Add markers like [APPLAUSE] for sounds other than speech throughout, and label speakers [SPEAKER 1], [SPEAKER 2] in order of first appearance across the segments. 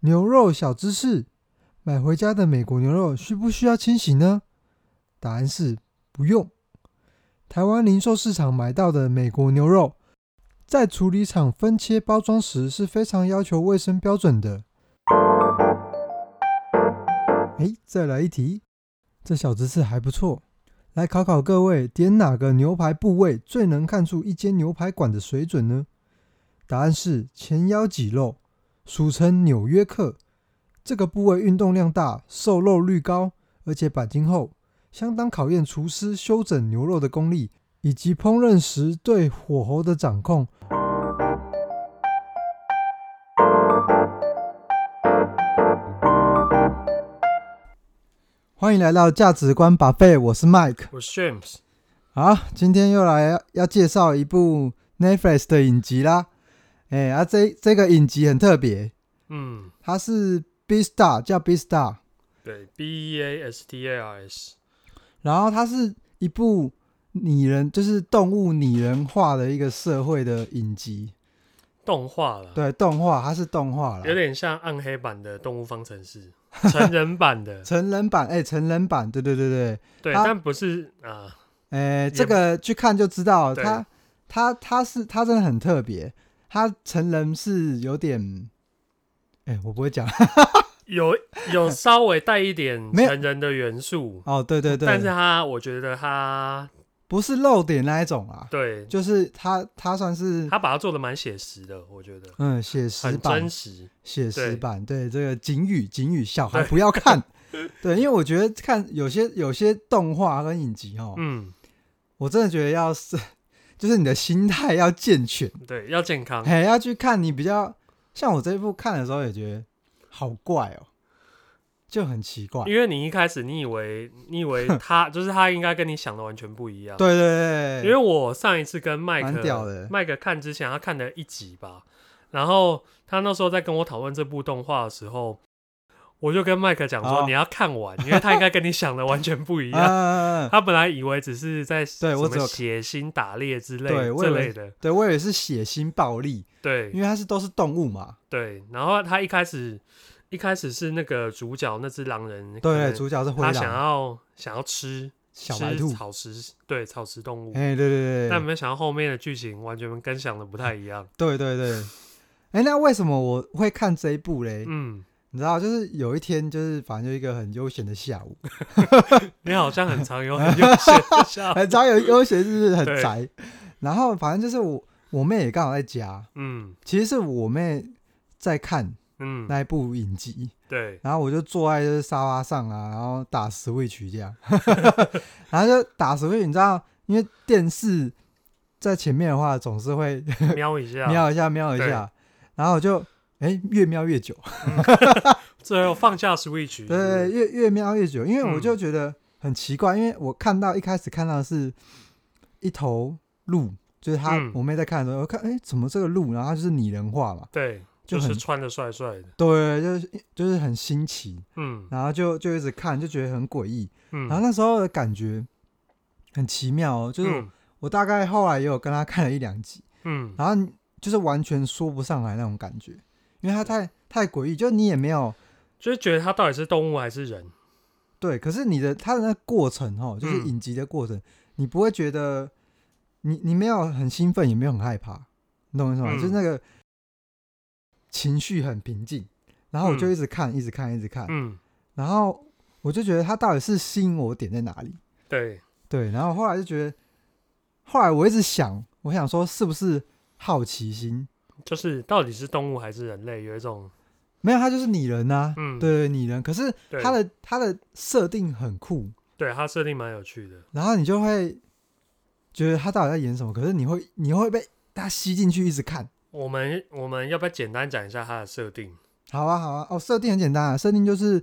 [SPEAKER 1] 牛肉小知识：买回家的美国牛肉需不需要清洗呢？答案是不用。台湾零售市场买到的美国牛肉，在处理厂分切包装时是非常要求卫生标准的。哎，再来一题，这小知识还不错。来考考各位，点哪个牛排部位最能看出一间牛排馆的水准呢？答案是前腰脊肉。俗称纽约客。这个部位运动量大，瘦肉率高，而且板筋厚，相当考验厨师修整牛肉的功力，以及烹饪时对火候的掌控。欢迎来到价值观把费，我是 Mike。
[SPEAKER 2] 我是 James，
[SPEAKER 1] 好，今天又来要要介绍一部 Netflix 的影集啦。哎、啊，这这个影集很特别，
[SPEAKER 2] 嗯，
[SPEAKER 1] 它是 B Star 叫 B Star，
[SPEAKER 2] 对，B E A S T A R S，
[SPEAKER 1] 然后它是一部拟人，就是动物拟人化的一个社会的影集。
[SPEAKER 2] 动画了，
[SPEAKER 1] 对，啊动画它是动画
[SPEAKER 2] 有
[SPEAKER 1] 啦，
[SPEAKER 2] 点像暗黑版的《动物方程式》， [LAUGHS] 成人版的，
[SPEAKER 1] 成人版，哎、成人版，对对对对，
[SPEAKER 2] 对，
[SPEAKER 1] 它
[SPEAKER 2] 但不是啊，
[SPEAKER 1] 哎、
[SPEAKER 2] 也
[SPEAKER 1] 这个去看就知道，
[SPEAKER 2] 对
[SPEAKER 1] 它它它是它真的很特别，它成人是有点，哎、我不会讲 [LAUGHS]
[SPEAKER 2] 有有稍微带一点
[SPEAKER 1] 没有
[SPEAKER 2] 成人的元素，
[SPEAKER 1] 哦，对对对，
[SPEAKER 2] 但是它，我觉得它，
[SPEAKER 1] 不是露点那一种啊，
[SPEAKER 2] 对，
[SPEAKER 1] 就是它它算是
[SPEAKER 2] 它把它做的蛮写实的，我觉得
[SPEAKER 1] 嗯写实
[SPEAKER 2] 很
[SPEAKER 1] 版
[SPEAKER 2] 真，实，
[SPEAKER 1] 写实
[SPEAKER 2] 对
[SPEAKER 1] 版，对这个警语警语，小孩不要
[SPEAKER 2] [LAUGHS]
[SPEAKER 1] 看。对，因为我觉得看有些有些动画跟影集哦，
[SPEAKER 2] 嗯，
[SPEAKER 1] 我真的觉得要是就是你的心态要健全，
[SPEAKER 2] 对，要健康，
[SPEAKER 1] 哎，要去看你比较像我这一部看的时候也觉得好怪哦，就很奇怪。对
[SPEAKER 2] 因为你一开始你以为你以为他 [LAUGHS] 就是他应该跟你想的完全不一样，
[SPEAKER 1] 对对对，
[SPEAKER 2] 因为我上一次跟麦
[SPEAKER 1] 蛮屌的
[SPEAKER 2] 克麦克看之前，他看了一集吧，然后他那时候在跟我讨论这部动画的时候，我就跟麦克讲说、
[SPEAKER 1] 哦
[SPEAKER 2] 你要看完，因为他应该跟你想的完全不一
[SPEAKER 1] [LAUGHS] 嗯
[SPEAKER 2] 样。
[SPEAKER 1] 嗯嗯嗯
[SPEAKER 2] 他本来以为只是在
[SPEAKER 1] 对我
[SPEAKER 2] 什
[SPEAKER 1] 只有
[SPEAKER 2] 么血腥打猎之类
[SPEAKER 1] 对我以
[SPEAKER 2] 这
[SPEAKER 1] 为
[SPEAKER 2] 类的，
[SPEAKER 1] 对我以为是血腥暴力，因
[SPEAKER 2] 对
[SPEAKER 1] 为它是都是动物嘛，
[SPEAKER 2] 对。然后他一开始一开始是那个主角那只狼人，可
[SPEAKER 1] 对，
[SPEAKER 2] 能
[SPEAKER 1] 主角是灰
[SPEAKER 2] 他想
[SPEAKER 1] 狼
[SPEAKER 2] 要想要吃
[SPEAKER 1] 小白兔
[SPEAKER 2] 吃，草食，对草食动物。
[SPEAKER 1] 哎，对对对，
[SPEAKER 2] 但没有想到后面的剧情完全跟想的不太一样。
[SPEAKER 1] 对对对。哎、那为什么我会看这一部嘞？
[SPEAKER 2] 嗯，
[SPEAKER 1] 你知道，就是有一天，就是反正就一个很悠闲的下午， [LAUGHS]
[SPEAKER 2] 你好像很常有很悠闲的笑。
[SPEAKER 1] 很早有悠闲，是不是很
[SPEAKER 2] 对
[SPEAKER 1] 宅？然后反正就是我我妹也刚好在家，
[SPEAKER 2] 嗯
[SPEAKER 1] 其实是我妹在看
[SPEAKER 2] 嗯，
[SPEAKER 1] 那一部影集，
[SPEAKER 2] 对，
[SPEAKER 1] 然后我就坐在就是沙发上啊，然后打 Switch 这样， [LAUGHS] 然后就打 Switch，你知道，因为电视在前面的话，总是会
[SPEAKER 2] 瞄一下，
[SPEAKER 1] 瞄一下瞄一下，然后我就哎、越瞄越久。
[SPEAKER 2] 最后放下 Switch。
[SPEAKER 1] 对，，越越瞄越久，因为我
[SPEAKER 2] 嗯
[SPEAKER 1] 就觉得很奇怪，因为我看到一开始看到的是一头鹿，就是他、
[SPEAKER 2] 嗯
[SPEAKER 1] 我妹在看的时候，我看哎、诶怎么这个鹿，然后它就是拟人化嘛，
[SPEAKER 2] 对，
[SPEAKER 1] 就
[SPEAKER 2] 就是
[SPEAKER 1] 很
[SPEAKER 2] 穿的帅帅的。
[SPEAKER 1] 对，就是就是很新奇，
[SPEAKER 2] 嗯
[SPEAKER 1] 然后就就一直看，就觉得很诡异，
[SPEAKER 2] 嗯，
[SPEAKER 1] 然后那时候的感觉很奇妙哦，就是我,、
[SPEAKER 2] 嗯
[SPEAKER 1] 大概后来也有跟他看了一两集，
[SPEAKER 2] 嗯，
[SPEAKER 1] 然后就是完全说不上来那种感觉，因为他太太诡异，就你也没有。
[SPEAKER 2] 就是觉得他到底是动物还是人？
[SPEAKER 1] 对，可是你的它的那个过程哈，就是
[SPEAKER 2] 嗯
[SPEAKER 1] 影集的过程，你不会觉得你你没有很兴奋，也没有很害怕，你懂我意思吗？
[SPEAKER 2] 嗯
[SPEAKER 1] 就是那个情绪很平静，然后我就
[SPEAKER 2] 嗯
[SPEAKER 1] 一直看，一直看，一直看，
[SPEAKER 2] 嗯，
[SPEAKER 1] 然后我就觉得它到底是吸引我的点在哪里？
[SPEAKER 2] 对，
[SPEAKER 1] 对，然后后来就觉得，后来我一直想，我想说是不是好奇心？
[SPEAKER 2] 就是到底是动物还是人类，有一种
[SPEAKER 1] 没有，它就是拟人呐、
[SPEAKER 2] 嗯，
[SPEAKER 1] 对，拟人。可是
[SPEAKER 2] 对，
[SPEAKER 1] 它的它的设定很酷，
[SPEAKER 2] 对它设定蛮有趣的。
[SPEAKER 1] 然后你就会觉得他到底在演什么，可是你会你会被他吸进去一直看。
[SPEAKER 2] 我们我们要不要简单讲一下它的设定？
[SPEAKER 1] 好啊，好啊，哦，设定很简单啊，设定就是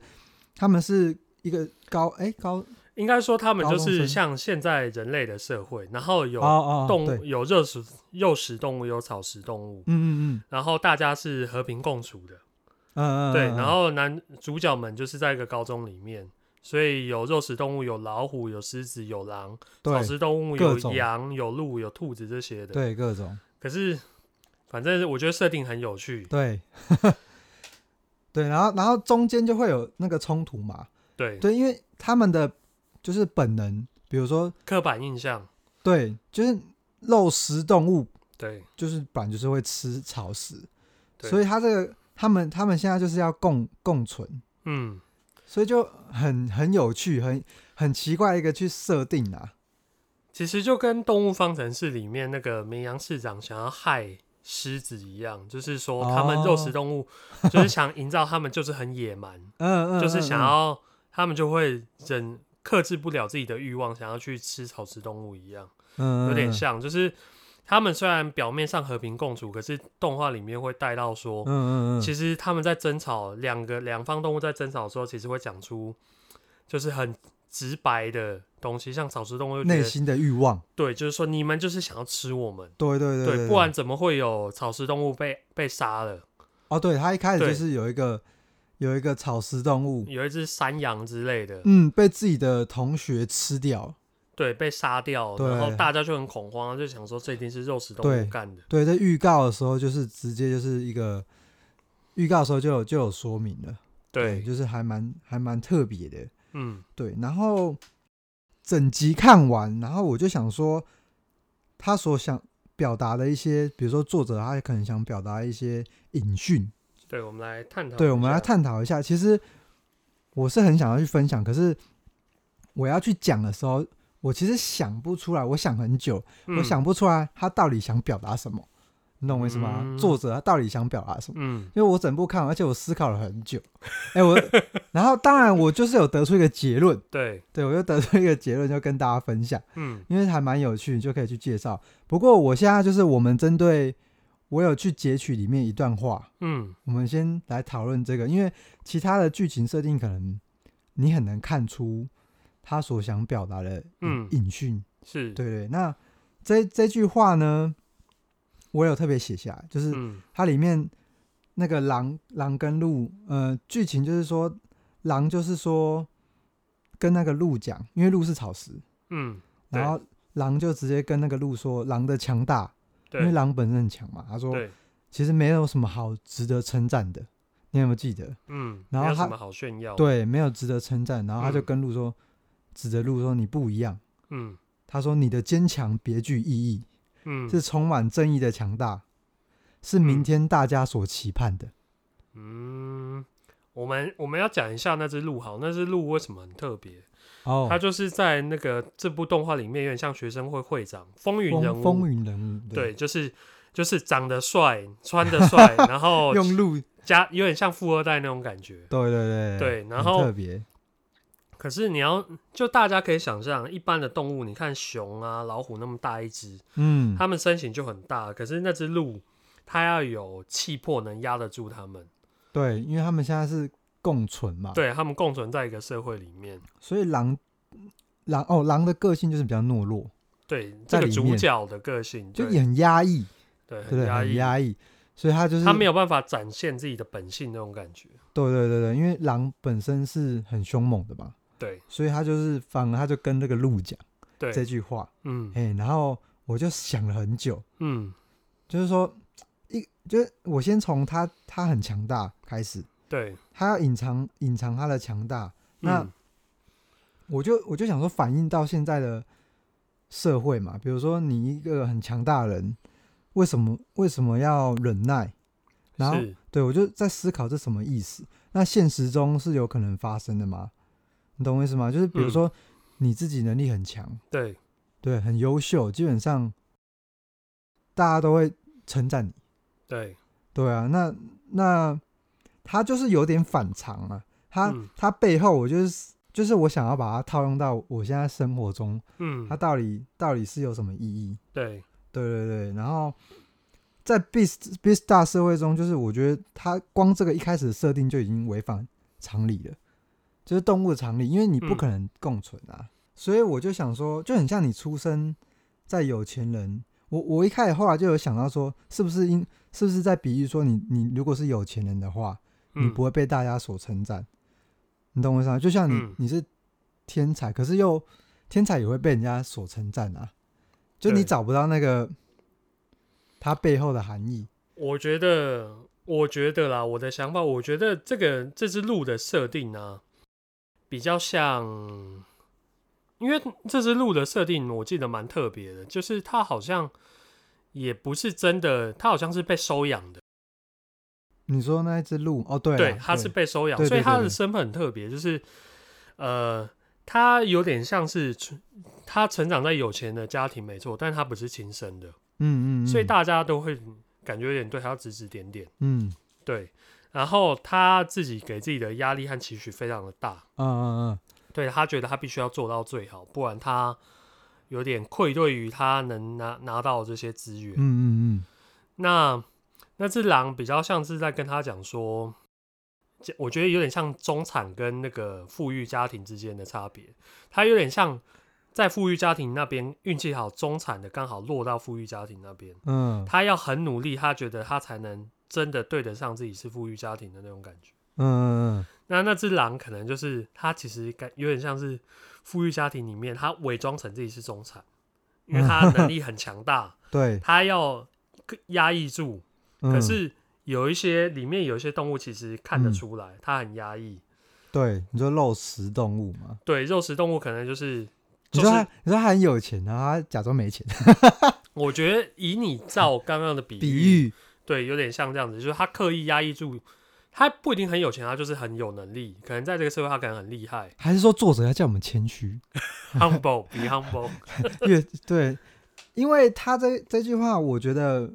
[SPEAKER 1] 他们是一个高哎、高
[SPEAKER 2] 应该说他们就
[SPEAKER 1] 高中
[SPEAKER 2] 是
[SPEAKER 1] 生
[SPEAKER 2] 像现在人类的社会，然后有
[SPEAKER 1] 哦哦
[SPEAKER 2] 动
[SPEAKER 1] 对
[SPEAKER 2] 物，有热食肉食动物，有草食动物，
[SPEAKER 1] 嗯嗯
[SPEAKER 2] 然后大家是和平共处的，
[SPEAKER 1] 嗯嗯嗯，
[SPEAKER 2] 对。
[SPEAKER 1] 嗯
[SPEAKER 2] 然后男主角们就是在一个高中里面，所以有肉食动物，有老虎，有狮子，有狼；草
[SPEAKER 1] 对
[SPEAKER 2] 食动物
[SPEAKER 1] 各
[SPEAKER 2] 有
[SPEAKER 1] 种
[SPEAKER 2] 羊、有鹿、有兔子这些的。
[SPEAKER 1] 对各种
[SPEAKER 2] 可是，反正我觉得设定很有趣。
[SPEAKER 1] 对 [LAUGHS] 对，然后然后中间就会有那个冲突嘛，
[SPEAKER 2] 对，
[SPEAKER 1] 对，因为他们的就是本能，比如说
[SPEAKER 2] 刻板印象，
[SPEAKER 1] 对，就是肉食动物，
[SPEAKER 2] 对，
[SPEAKER 1] 就是本来就是会吃草食，
[SPEAKER 2] 对
[SPEAKER 1] 所以他这个他们他们现在就是要共共存，
[SPEAKER 2] 嗯，
[SPEAKER 1] 所以就很很有趣，很很奇怪的一个去设定啊，
[SPEAKER 2] 其实就跟《动物方程式》里面那个绵羊市长想要害狮子一样，就是说他们
[SPEAKER 1] 哦
[SPEAKER 2] 肉食动物就是想营造他们就是很野蛮，
[SPEAKER 1] 嗯嗯，
[SPEAKER 2] 就是
[SPEAKER 1] 嗯
[SPEAKER 2] 想
[SPEAKER 1] 嗯
[SPEAKER 2] 要他们就会忍克制不了自己的欲望，想要去吃草食动物一样，
[SPEAKER 1] 嗯
[SPEAKER 2] 有点，
[SPEAKER 1] 嗯
[SPEAKER 2] 像就是。他们虽然表面上和平共处，可是动画里面会带到说，
[SPEAKER 1] 嗯嗯嗯，
[SPEAKER 2] 其
[SPEAKER 1] 实
[SPEAKER 2] 实他们在争吵，两个两方动物在争吵的时候，其实会讲出就是很直白的东西，像草食动物就觉
[SPEAKER 1] 内
[SPEAKER 2] 得
[SPEAKER 1] 心的欲望，
[SPEAKER 2] 对，就是说你们就是想要吃我们，
[SPEAKER 1] 对对对
[SPEAKER 2] 不然怎么会有草食动物被被杀了？
[SPEAKER 1] 哦，对他一开始
[SPEAKER 2] 对
[SPEAKER 1] 就是有一个有一个草食动物，
[SPEAKER 2] 有一只山羊之类的，
[SPEAKER 1] 嗯，被自己的同学吃掉，
[SPEAKER 2] 对，被杀掉，
[SPEAKER 1] 对
[SPEAKER 2] 然后大家就很恐慌，就想说这一定是肉食动
[SPEAKER 1] 对
[SPEAKER 2] 物干的，
[SPEAKER 1] 对，在预告的时候就是直接就是一个预告的时候就有就有说明了，
[SPEAKER 2] 对，
[SPEAKER 1] 就是还蛮还蛮特别的，
[SPEAKER 2] 嗯，
[SPEAKER 1] 对。然后整集看完，然后我就想说，他所想表达的一些，比如说作者他可能想表达一些隐讯，
[SPEAKER 2] 对，我们来探讨一下，
[SPEAKER 1] 对，我们来探讨一下。其实我是很想要去分享，可是我要去讲的时候，我其实想不出来，我想很久，
[SPEAKER 2] 嗯，
[SPEAKER 1] 我想不出来他到底想表达什么，你懂我意思吗？
[SPEAKER 2] 嗯
[SPEAKER 1] 作者他到底想表达什么？
[SPEAKER 2] 嗯，
[SPEAKER 1] 因为我整部看完，而且我思考了很久，哎、
[SPEAKER 2] [LAUGHS]
[SPEAKER 1] 我，然后当然我就是有得出一个结论，
[SPEAKER 2] 对，
[SPEAKER 1] 对我就得出一个结论，就跟大家分享，
[SPEAKER 2] 嗯，
[SPEAKER 1] 因为还蛮有趣，就可以去介绍。不过我现在就是我们针对我有去截取里面一段话，
[SPEAKER 2] 嗯，
[SPEAKER 1] 我们先来讨论这个，因为其他的剧情设定可能你很难看出他所想表达的
[SPEAKER 2] 嗯
[SPEAKER 1] 嗯隐讯，
[SPEAKER 2] 是，
[SPEAKER 1] 对对。那这这句话呢，我有特别写下来，就是
[SPEAKER 2] 嗯，
[SPEAKER 1] 它里面那个狼狼跟鹿，呃，剧情就是说狼就是说跟那个鹿讲，因为鹿是草食，
[SPEAKER 2] 嗯，对
[SPEAKER 1] 然后狼就直接跟那个鹿说狼的强大，因为
[SPEAKER 2] 对，
[SPEAKER 1] 狼本身很强嘛。他说
[SPEAKER 2] 对，
[SPEAKER 1] 其实没有什么好值得称赞的，你有没有记得？
[SPEAKER 2] 嗯，
[SPEAKER 1] 然后
[SPEAKER 2] 没有什
[SPEAKER 1] 他
[SPEAKER 2] 么好炫耀，，
[SPEAKER 1] 对，没有值得称赞。然后他就
[SPEAKER 2] 嗯
[SPEAKER 1] 跟鹿说，指着鹿说你不一样。
[SPEAKER 2] 嗯
[SPEAKER 1] 他说你的坚强别具意义，
[SPEAKER 2] 嗯，
[SPEAKER 1] 是充满正义的强大，是明
[SPEAKER 2] 嗯
[SPEAKER 1] 天大家所期盼的。
[SPEAKER 2] 嗯，我们我们要讲一下那只鹿好，那只鹿为什么很特别？
[SPEAKER 1] 哦，
[SPEAKER 2] 它就是在那个这部动画里面有点像学生会会长，风云人
[SPEAKER 1] 风
[SPEAKER 2] 物，
[SPEAKER 1] 风云人物，
[SPEAKER 2] 对，就是就是长得帅，穿得
[SPEAKER 1] [LAUGHS]
[SPEAKER 2] 帅，然后
[SPEAKER 1] 用鹿，
[SPEAKER 2] 加有点像富二代那种感觉。
[SPEAKER 1] 对对对
[SPEAKER 2] 对然
[SPEAKER 1] 很
[SPEAKER 2] 后
[SPEAKER 1] 特别，
[SPEAKER 2] 可是你要就大家可以想象，一般的动物，你看熊啊、老虎那么大一只，
[SPEAKER 1] 嗯，
[SPEAKER 2] 它们身形就很大，可是那只鹿它要有气魄能压得住它们，
[SPEAKER 1] 对，因为他们现在是共存嘛，，
[SPEAKER 2] 对它们共存在一个社会里面。
[SPEAKER 1] 所以狼狼哦，狼的个性就是比较懦弱，
[SPEAKER 2] 对
[SPEAKER 1] 在
[SPEAKER 2] 这个
[SPEAKER 1] 里
[SPEAKER 2] 主
[SPEAKER 1] 面
[SPEAKER 2] 角的个性，
[SPEAKER 1] 就
[SPEAKER 2] 对
[SPEAKER 1] 也很压抑，
[SPEAKER 2] 对
[SPEAKER 1] 对
[SPEAKER 2] 很
[SPEAKER 1] 对，
[SPEAKER 2] 压
[SPEAKER 1] 很
[SPEAKER 2] 抑，
[SPEAKER 1] 压抑，所以他就是
[SPEAKER 2] 他没有办法展现自己的本性那种感觉。
[SPEAKER 1] 对对对对，因为狼本身是很凶猛的嘛，
[SPEAKER 2] 对
[SPEAKER 1] 所以他就是反而他就跟那个鹿讲这
[SPEAKER 2] 对，
[SPEAKER 1] 句话，
[SPEAKER 2] 嗯
[SPEAKER 1] 哎，然后我就想了很久，
[SPEAKER 2] 嗯，
[SPEAKER 1] 就是说一就是我先从他他很强大开始，
[SPEAKER 2] 对，
[SPEAKER 1] 他要隐藏隐藏他的强大，那
[SPEAKER 2] 嗯
[SPEAKER 1] 我就我就想说，反映到现在的社会嘛，比如说你一个很强大的人，为什么为什么要忍耐？然后
[SPEAKER 2] 是
[SPEAKER 1] 对我就在思考这什么意思？那现实中是有可能发生的吗？你懂我意思吗？就是比如
[SPEAKER 2] 嗯
[SPEAKER 1] 说你自己能力很强，
[SPEAKER 2] 对
[SPEAKER 1] 对，很优秀，基本上大家都会称赞你，
[SPEAKER 2] 对，
[SPEAKER 1] 对啊，那那他就是有点反常啊，他、
[SPEAKER 2] 嗯
[SPEAKER 1] 他背后我就是就是我想要把它套用到我现在生活中，
[SPEAKER 2] 嗯
[SPEAKER 1] 它，到底到底是有什么意义？
[SPEAKER 2] 对
[SPEAKER 1] 对对对，然后在 Beast Beast 大社会中，就是我觉得它光这个一开始的设定就已经违反常理了，就是动物的常理，因为你不
[SPEAKER 2] 嗯
[SPEAKER 1] 可能共存啊，所以我就想说，就很像你出生在有钱人，我我一开始后来就有想到说，是不是因是不是在比喻说你你如果是有钱人的话，你
[SPEAKER 2] 嗯
[SPEAKER 1] 不会被大家所称赞，你懂我意思吗？就像你、
[SPEAKER 2] 嗯
[SPEAKER 1] 你是天才，可是又天才也会被人家所称赞啊，就你
[SPEAKER 2] 对
[SPEAKER 1] 找不到那个它背后的含义。
[SPEAKER 2] 我觉得我觉得啦，我的想法，我觉得这个这只鹿的设定呢、比较像，因为这只鹿的设定我记得蛮特别的，就是它好像也不是真的，它好像是被收养的，
[SPEAKER 1] 你说那一只鹿？哦，对啊，
[SPEAKER 2] 对
[SPEAKER 1] 对，，
[SPEAKER 2] 它是被收养，
[SPEAKER 1] 对对
[SPEAKER 2] 所以它
[SPEAKER 1] 对
[SPEAKER 2] 的
[SPEAKER 1] 对
[SPEAKER 2] 身份很特别，就是呃，它有点像是成它成长在有钱的家庭没错，但它不是亲生的，
[SPEAKER 1] 嗯，嗯嗯，
[SPEAKER 2] 所以大家都会感觉有点对它指指点点。
[SPEAKER 1] 嗯
[SPEAKER 2] 对，然后他自己给自己的压力和期许非常的大，
[SPEAKER 1] 啊啊啊，
[SPEAKER 2] 对他觉得他必须要做到最好，不然他有点愧对于他能拿拿到这些资源。
[SPEAKER 1] 嗯嗯
[SPEAKER 2] 那那只狼比较像是在跟他讲说，这我觉得有点像中产跟那个富裕家庭之间的差别，他有点像在富裕家庭那边运气好，中产的刚好落到富裕家庭那边，
[SPEAKER 1] 嗯嗯
[SPEAKER 2] 他要很努力，他觉得他才能真的对得上自己是富裕家庭的那种感觉。
[SPEAKER 1] 嗯嗯
[SPEAKER 2] 那那只狼可能就是它，其实感有点像是富裕家庭里面，它伪装成自己是中产，因为它能力很强大，
[SPEAKER 1] 嗯，对，
[SPEAKER 2] 它要压抑住。可
[SPEAKER 1] 嗯
[SPEAKER 2] 是有一些里面有一些动物，其实看得
[SPEAKER 1] 嗯
[SPEAKER 2] 出来它很压抑。
[SPEAKER 1] 对，你说肉食动物嘛？
[SPEAKER 2] 对，肉食动物可能就是，
[SPEAKER 1] 你
[SPEAKER 2] 就
[SPEAKER 1] 说他
[SPEAKER 2] 是，
[SPEAKER 1] 你说他很有钱，然后他假装没钱， [LAUGHS]
[SPEAKER 2] 我觉得以你照刚刚的比
[SPEAKER 1] 比喻，
[SPEAKER 2] 对，有点像这样子，就是他刻意压抑住，他不一定很有钱，他就是很有能力，可能在这个社会他可能很厉害 [LAUGHS]
[SPEAKER 1] 还是说作者要叫我们谦虚？
[SPEAKER 2] ，humble，be humble。
[SPEAKER 1] 越对，因为他这这句话，我觉得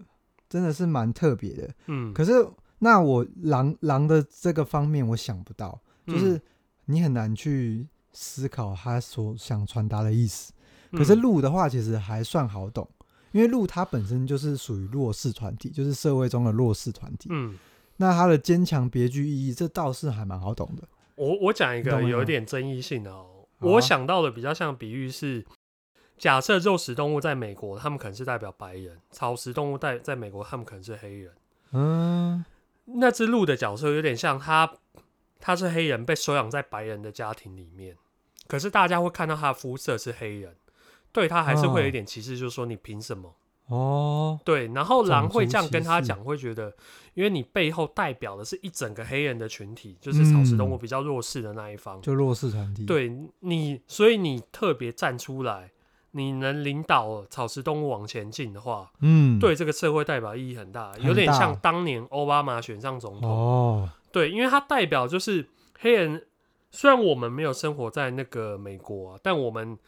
[SPEAKER 1] 真的是蛮特别的。
[SPEAKER 2] 嗯，
[SPEAKER 1] 可是那我狼狼的这个方面，我想不到，
[SPEAKER 2] 嗯
[SPEAKER 1] 就是你很难去思考他所想传达的意思。
[SPEAKER 2] 嗯
[SPEAKER 1] 可是鹿的话，其实还算好懂，因为鹿它本身就是属于弱势团体，就是社会中的弱势团体。
[SPEAKER 2] 嗯。
[SPEAKER 1] 那它的坚强别具意义，这倒是还蛮好懂的。
[SPEAKER 2] 我我讲一
[SPEAKER 1] 你
[SPEAKER 2] 个
[SPEAKER 1] 懂吗
[SPEAKER 2] 有一点争议性的哦，
[SPEAKER 1] 好啊
[SPEAKER 2] 我想到的比较像比喻是，假设肉食动物在美国，他们可能是代表白人；草食动物在在美国，他们可能是黑人。
[SPEAKER 1] 嗯
[SPEAKER 2] 那只鹿的角色有点像他，他是黑人被收养在白人的家庭里面，可是大家会看到他的肤色是黑人，对他还是会有一点歧视，就是说你凭什么？
[SPEAKER 1] 哦，
[SPEAKER 2] 对，然后狼
[SPEAKER 1] 种族
[SPEAKER 2] 会这样跟他
[SPEAKER 1] 歧视
[SPEAKER 2] 讲，会觉得，因为你背后代表的是一整个黑人的群体，
[SPEAKER 1] 嗯
[SPEAKER 2] 就是草食动物比较弱势的那一方，
[SPEAKER 1] 就弱势团体。，
[SPEAKER 2] 对你，所以你特别站出来，你能领导草食动物往前进的话，
[SPEAKER 1] 嗯，
[SPEAKER 2] 对这个社会代表意义很大，有
[SPEAKER 1] 很
[SPEAKER 2] 点
[SPEAKER 1] 大
[SPEAKER 2] 像当年奥巴马选上总统。
[SPEAKER 1] 哦，
[SPEAKER 2] 对，因为它代表就是黑人，虽然我们没有生活在那个美国、啊，但我们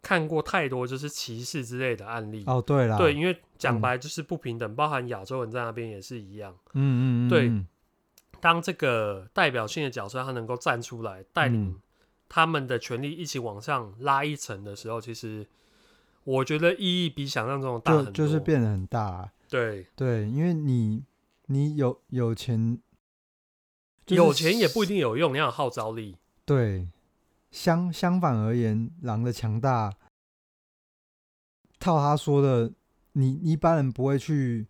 [SPEAKER 2] 看过太多就是歧视之类的案例。
[SPEAKER 1] 哦，对啦，
[SPEAKER 2] 对，，因为讲
[SPEAKER 1] 嗯
[SPEAKER 2] 白就是不平等，包含亚洲人在那边也是一样。
[SPEAKER 1] 嗯嗯嗯，
[SPEAKER 2] 对
[SPEAKER 1] 嗯
[SPEAKER 2] 当这个代表性的角色他能够站出来，带领
[SPEAKER 1] 嗯
[SPEAKER 2] 他们的权利一起往上拉一层的时候，其实我觉得意义比想象中的大很
[SPEAKER 1] 就就
[SPEAKER 2] 多。
[SPEAKER 1] 是变得很大啊。
[SPEAKER 2] 对，
[SPEAKER 1] 对，因为你你有有钱，就是
[SPEAKER 2] 有钱也不一定有用，你要有号召力。
[SPEAKER 1] 对。相相反而言，狼的强大，套他说的，你你一般人不会去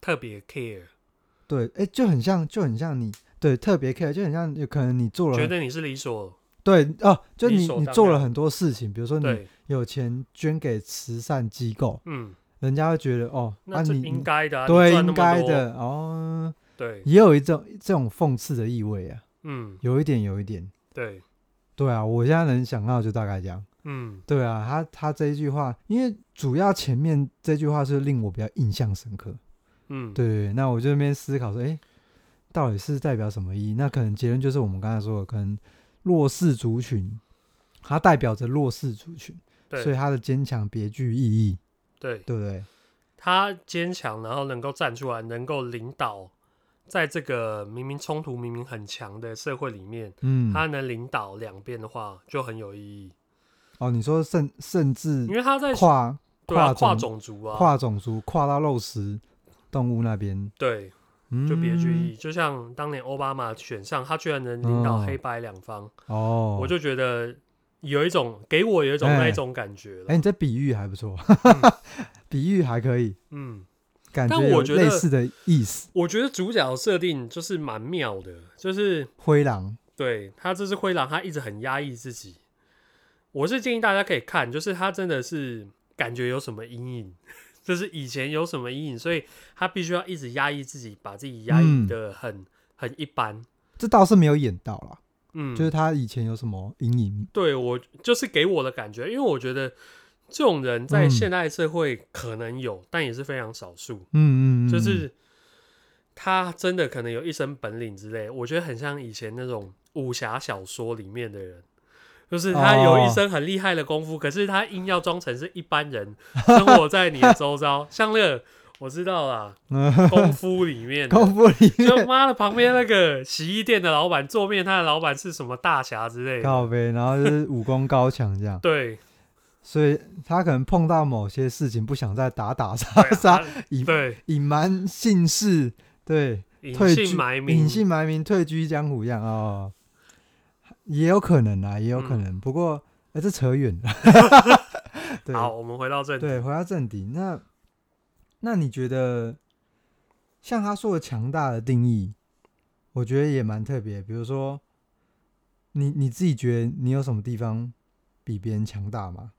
[SPEAKER 2] 特别 care，
[SPEAKER 1] 对，哎、就很像就很像你对特别 care，就很像有可能你做了
[SPEAKER 2] 觉
[SPEAKER 1] 很
[SPEAKER 2] 得你是理所
[SPEAKER 1] 对哦、就
[SPEAKER 2] 理
[SPEAKER 1] 你
[SPEAKER 2] 所
[SPEAKER 1] 你
[SPEAKER 2] 当
[SPEAKER 1] 做了
[SPEAKER 2] 然
[SPEAKER 1] 很多事情，比如说你
[SPEAKER 2] 对，
[SPEAKER 1] 有钱捐给慈善机构，
[SPEAKER 2] 嗯，
[SPEAKER 1] 人家会觉得哦，那、
[SPEAKER 2] 那这
[SPEAKER 1] 你
[SPEAKER 2] 应
[SPEAKER 1] 你
[SPEAKER 2] 该的、啊，你
[SPEAKER 1] 对
[SPEAKER 2] 赚那
[SPEAKER 1] 应
[SPEAKER 2] 么
[SPEAKER 1] 该
[SPEAKER 2] 多，
[SPEAKER 1] 的哦，
[SPEAKER 2] 对，
[SPEAKER 1] 也有一种这种讽刺的意味啊，
[SPEAKER 2] 嗯，
[SPEAKER 1] 有一点有一点，
[SPEAKER 2] 对，
[SPEAKER 1] 对啊，我现在能想到就大概这样，
[SPEAKER 2] 嗯，
[SPEAKER 1] 对啊，他他这一句话，因为主要前面这句话是令我比较印象深刻，
[SPEAKER 2] 嗯，，
[SPEAKER 1] 对，那我就在那边思考说，哎、到底是代表什么意义？那可能结论就是我们刚才说的，可能弱势族群，它代表着弱势族群，所以
[SPEAKER 2] 对，
[SPEAKER 1] 它的坚强别具意义，
[SPEAKER 2] 对，
[SPEAKER 1] 对不对？
[SPEAKER 2] 他坚强，然后能够站出来，能够领导，在这个明明冲突、明明很强的社会里面，
[SPEAKER 1] 嗯，
[SPEAKER 2] 他能领导两边的话，就很有意义，
[SPEAKER 1] 哦，你说甚甚至
[SPEAKER 2] 因为他在
[SPEAKER 1] 跨
[SPEAKER 2] 对
[SPEAKER 1] 跨
[SPEAKER 2] 啊跨
[SPEAKER 1] 种
[SPEAKER 2] 种族啊，
[SPEAKER 1] 跨种族，跨到肉食动物那边，
[SPEAKER 2] 对，
[SPEAKER 1] 嗯，
[SPEAKER 2] 就别具意义。就像当年奥巴马选上，他居然能领导
[SPEAKER 1] 哦
[SPEAKER 2] 黑白两方，
[SPEAKER 1] 哦。
[SPEAKER 2] 我就觉得有一种给我有一种
[SPEAKER 1] 哎
[SPEAKER 2] 那一种感觉了。
[SPEAKER 1] 哎、你这比喻还不错， [LAUGHS] 比喻还可以，
[SPEAKER 2] 嗯，
[SPEAKER 1] 感
[SPEAKER 2] 但
[SPEAKER 1] 觉有
[SPEAKER 2] 我觉得
[SPEAKER 1] 类似的意思。
[SPEAKER 2] 我觉得主角设定就是蛮妙的，就是
[SPEAKER 1] 灰狼，
[SPEAKER 2] 对他这只灰狼，他一直很压抑自己。我是建议大家可以看，就是他真的是感觉有什么阴影， [LAUGHS] 就是以前有什么阴影，所以他必须要一直压抑自己，把自己压抑
[SPEAKER 1] 嗯
[SPEAKER 2] 的很、很一般。
[SPEAKER 1] 这倒是没有演到啦，
[SPEAKER 2] 嗯，
[SPEAKER 1] 就是他以前有什么阴影，
[SPEAKER 2] 对我就是给我的感觉，因为我觉得这种人在
[SPEAKER 1] 嗯
[SPEAKER 2] 现代社会可能有，但也是非常少数。
[SPEAKER 1] 嗯嗯嗯，
[SPEAKER 2] 就
[SPEAKER 1] 嗯
[SPEAKER 2] 是他真的可能有一身本领之类，我觉得很像以前那种武侠小说里面的人。就是他有一
[SPEAKER 1] 哦
[SPEAKER 2] 身很厉害的功夫，可是他硬要装成是一般人，生活在你的周
[SPEAKER 1] [LAUGHS]
[SPEAKER 2] 遭。像那个我知道啦，功夫里面的
[SPEAKER 1] 功夫里
[SPEAKER 2] 就
[SPEAKER 1] 面
[SPEAKER 2] 妈的旁边那个洗衣店的老板，做面摊的老板是什么大侠之类的。
[SPEAKER 1] 靠呗，然后就是武功高强这样，
[SPEAKER 2] [LAUGHS] 对，
[SPEAKER 1] 所以他可能碰到某些事情不想再打打杀
[SPEAKER 2] 对啊
[SPEAKER 1] 杀，以
[SPEAKER 2] 对，
[SPEAKER 1] 隐瞒姓氏，对，
[SPEAKER 2] 隐
[SPEAKER 1] 退居
[SPEAKER 2] 姓埋名，
[SPEAKER 1] 隐姓埋名退居江湖一样哦，也有可能啊，也有可能，不过哎、这扯远了， [LAUGHS] 对
[SPEAKER 2] 好，我们回到正题。
[SPEAKER 1] 对，回到正题，那那你觉得像他说的强大的定义，我觉得也蛮特别，比如说你你自己觉得你有什么地方比别人强大吗？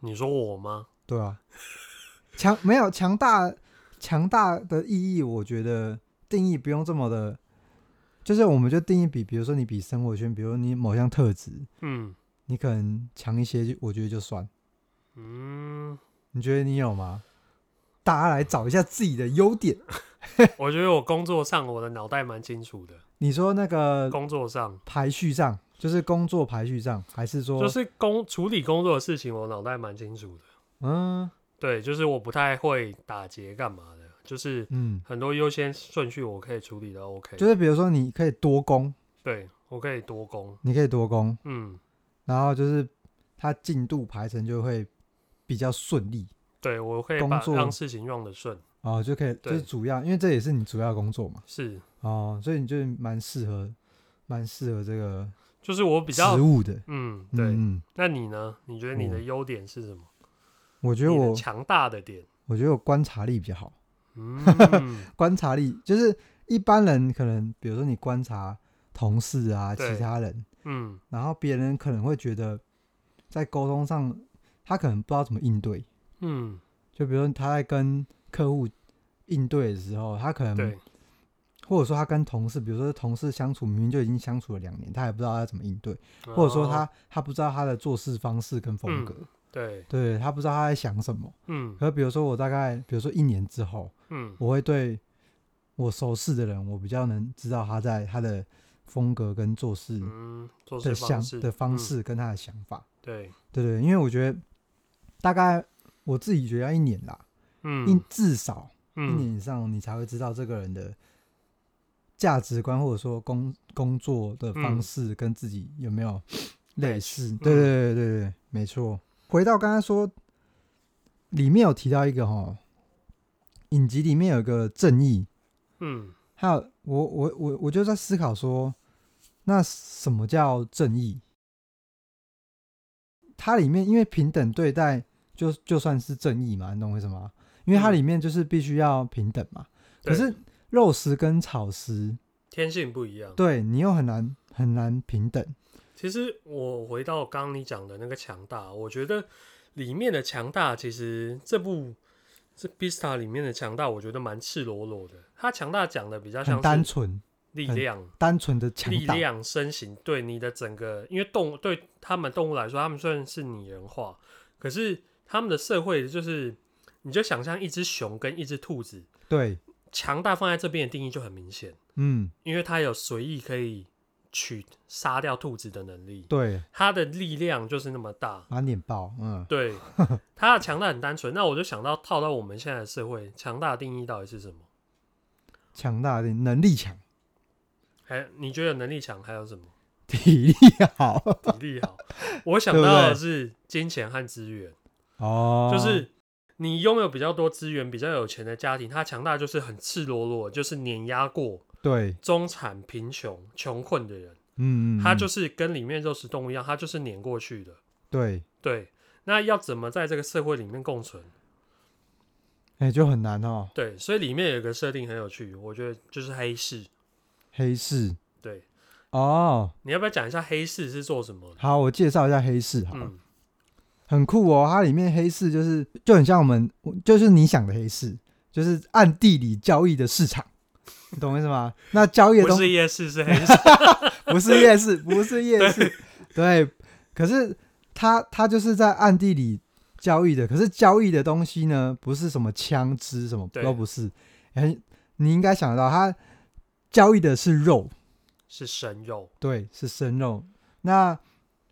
[SPEAKER 2] 你说我吗？
[SPEAKER 1] 对啊，强没有强大，强大的意义，我觉得定义不用这么的，就是我们就定义比，比如说你比生活圈，比如你某项特质，
[SPEAKER 2] 嗯
[SPEAKER 1] 你可能强一些，就我觉得就算。
[SPEAKER 2] 嗯，
[SPEAKER 1] 你觉得你有吗？大家来找一下自己的优点。
[SPEAKER 2] 我觉得我工作上我的脑袋蛮清楚的。
[SPEAKER 1] 你说那个
[SPEAKER 2] 工作上
[SPEAKER 1] 排序上，就是工作排序上，还是说，
[SPEAKER 2] 就是工处理工作的事情，我脑袋蛮清楚的。
[SPEAKER 1] 嗯
[SPEAKER 2] 对，就是我不太会打结干嘛的，就是
[SPEAKER 1] 嗯，
[SPEAKER 2] 很多优先顺序我可以处理的 OK。
[SPEAKER 1] 就是比如说你可以多攻，
[SPEAKER 2] 对我可以多工，
[SPEAKER 1] 你可以多攻，
[SPEAKER 2] 嗯，
[SPEAKER 1] 然后就是它进度排程就会比较顺利。
[SPEAKER 2] 对我可以
[SPEAKER 1] 工
[SPEAKER 2] 把
[SPEAKER 1] 作
[SPEAKER 2] 让事情用得顺，
[SPEAKER 1] 哦，就可以，就
[SPEAKER 2] 对
[SPEAKER 1] 是主要，因为这也是你主要工作嘛，
[SPEAKER 2] 是
[SPEAKER 1] 哦，所以你就蛮适合，蛮适合这个
[SPEAKER 2] 就是我比较
[SPEAKER 1] 职务的。
[SPEAKER 2] 嗯对。
[SPEAKER 1] 嗯，嗯
[SPEAKER 2] 那你呢？你觉得你的
[SPEAKER 1] 我
[SPEAKER 2] 优点是什么？
[SPEAKER 1] 我觉
[SPEAKER 2] 你
[SPEAKER 1] 得
[SPEAKER 2] 的
[SPEAKER 1] 我，
[SPEAKER 2] 强大的点，
[SPEAKER 1] 我觉得我观察力比较好， [LAUGHS]
[SPEAKER 2] 嗯
[SPEAKER 1] 观察力就是一般人可能，比如说你观察同事啊，
[SPEAKER 2] 对
[SPEAKER 1] 其他人，
[SPEAKER 2] 嗯，
[SPEAKER 1] 然后别人可能会觉得在沟通上，他可能不知道怎么应对，
[SPEAKER 2] 嗯，
[SPEAKER 1] 就比如说他在跟客户应对的时候，他可能
[SPEAKER 2] 对，
[SPEAKER 1] 或者说他跟同事，比如说同事相处，明明就已经相处了两年，他也不知道要怎么应对，嗯或者说他
[SPEAKER 2] 哦嗯
[SPEAKER 1] 他不知道他的做事方式跟风格，
[SPEAKER 2] 对，
[SPEAKER 1] 对他不知道他在想什么。
[SPEAKER 2] 嗯
[SPEAKER 1] 可比如说我大概，比如说一年之后，
[SPEAKER 2] 嗯
[SPEAKER 1] 我会对我熟识的人，我比较能知道他在他的风格跟做事
[SPEAKER 2] 嗯，做
[SPEAKER 1] 的
[SPEAKER 2] 事
[SPEAKER 1] 想
[SPEAKER 2] 方式
[SPEAKER 1] 的方
[SPEAKER 2] 嗯
[SPEAKER 1] 式跟他的想法，
[SPEAKER 2] 对，
[SPEAKER 1] 对对，因为我觉得大概我自己觉得要一年啦，一
[SPEAKER 2] 嗯
[SPEAKER 1] 至少一
[SPEAKER 2] 嗯
[SPEAKER 1] 年以上，你才会知道这个人的价值观，或者说工工作的方
[SPEAKER 2] 嗯
[SPEAKER 1] 式跟自己有没有类似。
[SPEAKER 2] 嗯
[SPEAKER 1] 对对对对对，没错。回到刚才说，里面有提到一个哈，影集里面有一个正义，
[SPEAKER 2] 嗯
[SPEAKER 1] 还有我我我我就在思考说，那什么叫正义？它里面因为平等对待就就算是正义嘛，你懂我意思吗？因为它
[SPEAKER 2] 嗯
[SPEAKER 1] 里面就是必须要平等嘛。可
[SPEAKER 2] 对
[SPEAKER 1] 是肉食跟草食，
[SPEAKER 2] 天性不一样。
[SPEAKER 1] 对你又很难很难平等。
[SPEAKER 2] 其实我回到刚刚你讲的那个强大，我觉得里面的强大，其实这部这《Bista》里面的强大，我觉得蛮赤裸裸的。它强大讲的比较
[SPEAKER 1] 很
[SPEAKER 2] 像
[SPEAKER 1] 单
[SPEAKER 2] 是
[SPEAKER 1] 纯，
[SPEAKER 2] 力
[SPEAKER 1] 很
[SPEAKER 2] 量、
[SPEAKER 1] 单纯的强
[SPEAKER 2] 力
[SPEAKER 1] 大。
[SPEAKER 2] 量、身形，对你的整个，因为动物对他们动物来说，他们虽然是拟人化，可是他们的社会就是，你就想象一只熊跟一只兔子，
[SPEAKER 1] 对，
[SPEAKER 2] 强大放在这边的定义就很明显，
[SPEAKER 1] 嗯，
[SPEAKER 2] 因为它有随意可以取杀掉兔子的能力，
[SPEAKER 1] 对，
[SPEAKER 2] 它的力量就是那么大。
[SPEAKER 1] 满脸爆，嗯， [LAUGHS]
[SPEAKER 2] 对，它的强大很单纯。那我就想到套到我们现在的社会，强大的定义到底是什么？
[SPEAKER 1] 强大的能力强，
[SPEAKER 2] 还你觉得能力强还有什么？
[SPEAKER 1] 体力好 [LAUGHS]
[SPEAKER 2] 体力好？我想
[SPEAKER 1] 对不
[SPEAKER 2] 到的
[SPEAKER 1] 对
[SPEAKER 2] 是金钱和资源。
[SPEAKER 1] 哦，
[SPEAKER 2] 就是你拥有比较多资源、比较有钱的家庭，它强大就是很赤裸裸，就是碾压过
[SPEAKER 1] 对，
[SPEAKER 2] 中产、贫穷、穷困的人，
[SPEAKER 1] 嗯，嗯
[SPEAKER 2] 它
[SPEAKER 1] 嗯
[SPEAKER 2] 就是跟里面肉食动物一样，它就是碾过去的。
[SPEAKER 1] 对，
[SPEAKER 2] 对，那要怎么在这个社会里面共存？
[SPEAKER 1] 哎、就很难哦。
[SPEAKER 2] 对，所以里面有一个设定很有趣，我觉得就是黑市。
[SPEAKER 1] 黑市
[SPEAKER 2] 对，
[SPEAKER 1] 哦，
[SPEAKER 2] 你要不要讲一下黑市是做什么的？
[SPEAKER 1] 好，我介绍一下黑市好了。
[SPEAKER 2] 嗯
[SPEAKER 1] 很酷哦。它里面黑市就是就很像我们，就是你想的黑市，就是暗地里交易的市场，你懂我意思吗？那交易的
[SPEAKER 2] 不
[SPEAKER 1] 东
[SPEAKER 2] 是夜市，是黑市。
[SPEAKER 1] 不是夜市，不是夜市，对。可是他他就是在暗地里交易的，可是交易的东西呢，不是什么枪支，什么
[SPEAKER 2] 对
[SPEAKER 1] 都不是。很，你应该想得到，他交易的是肉，
[SPEAKER 2] 是生肉，
[SPEAKER 1] 对，是生肉。那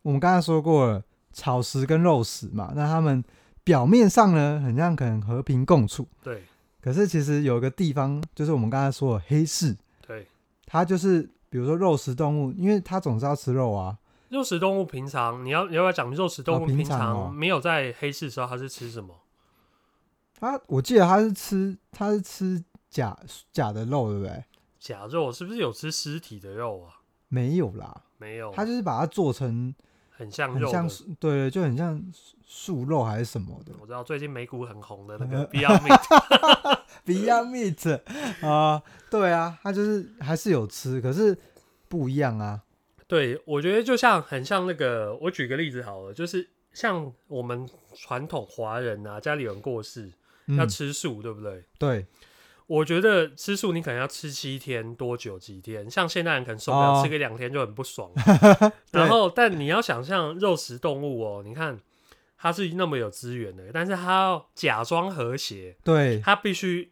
[SPEAKER 1] 我们刚才说过了，草食跟肉食嘛，那他们表面上呢，很像可能和平共处，
[SPEAKER 2] 对
[SPEAKER 1] 可是其实有个地方，就是我们刚才说的黑市，
[SPEAKER 2] 对。
[SPEAKER 1] 它就是比如说肉食动物，因为它总是要吃肉啊，
[SPEAKER 2] 肉食动物平常你要你要不要讲肉食动
[SPEAKER 1] 哦
[SPEAKER 2] 物
[SPEAKER 1] 平
[SPEAKER 2] 平
[SPEAKER 1] 常哦
[SPEAKER 2] 常没有在黑市的时候它是吃什么？
[SPEAKER 1] 他啊我记得他是吃他是吃假假的肉，对不对？
[SPEAKER 2] 假肉是不是有吃尸体的肉啊？
[SPEAKER 1] 没有啦，
[SPEAKER 2] 没有，
[SPEAKER 1] 他就是把它做成
[SPEAKER 2] 很像
[SPEAKER 1] 很
[SPEAKER 2] 肉
[SPEAKER 1] 像
[SPEAKER 2] 的。
[SPEAKER 1] 素，对对，就很像素素肉还是什么的。
[SPEAKER 2] 我知道最近美股很红的那
[SPEAKER 1] 呃 [LAUGHS]
[SPEAKER 2] 个 Beyond Meat，
[SPEAKER 1] Beyond Meat 啊、对啊，他就是还是有吃，可是不一样啊。
[SPEAKER 2] 对我觉得就像很像那个，我举个例子好了，就是像我们传统华人啊，家里有人过世要
[SPEAKER 1] 嗯，
[SPEAKER 2] 吃素，对不对？
[SPEAKER 1] 对，
[SPEAKER 2] 我觉得吃素你可能要吃七天多久几天，像现代人可能受不
[SPEAKER 1] 哦
[SPEAKER 2] 了，吃个两天就很不
[SPEAKER 1] [LAUGHS]
[SPEAKER 2] 爽了。然后，但你要想象肉食动物哦，你看它是那么有资源的，但是它要假装和谐，
[SPEAKER 1] 对
[SPEAKER 2] 它必须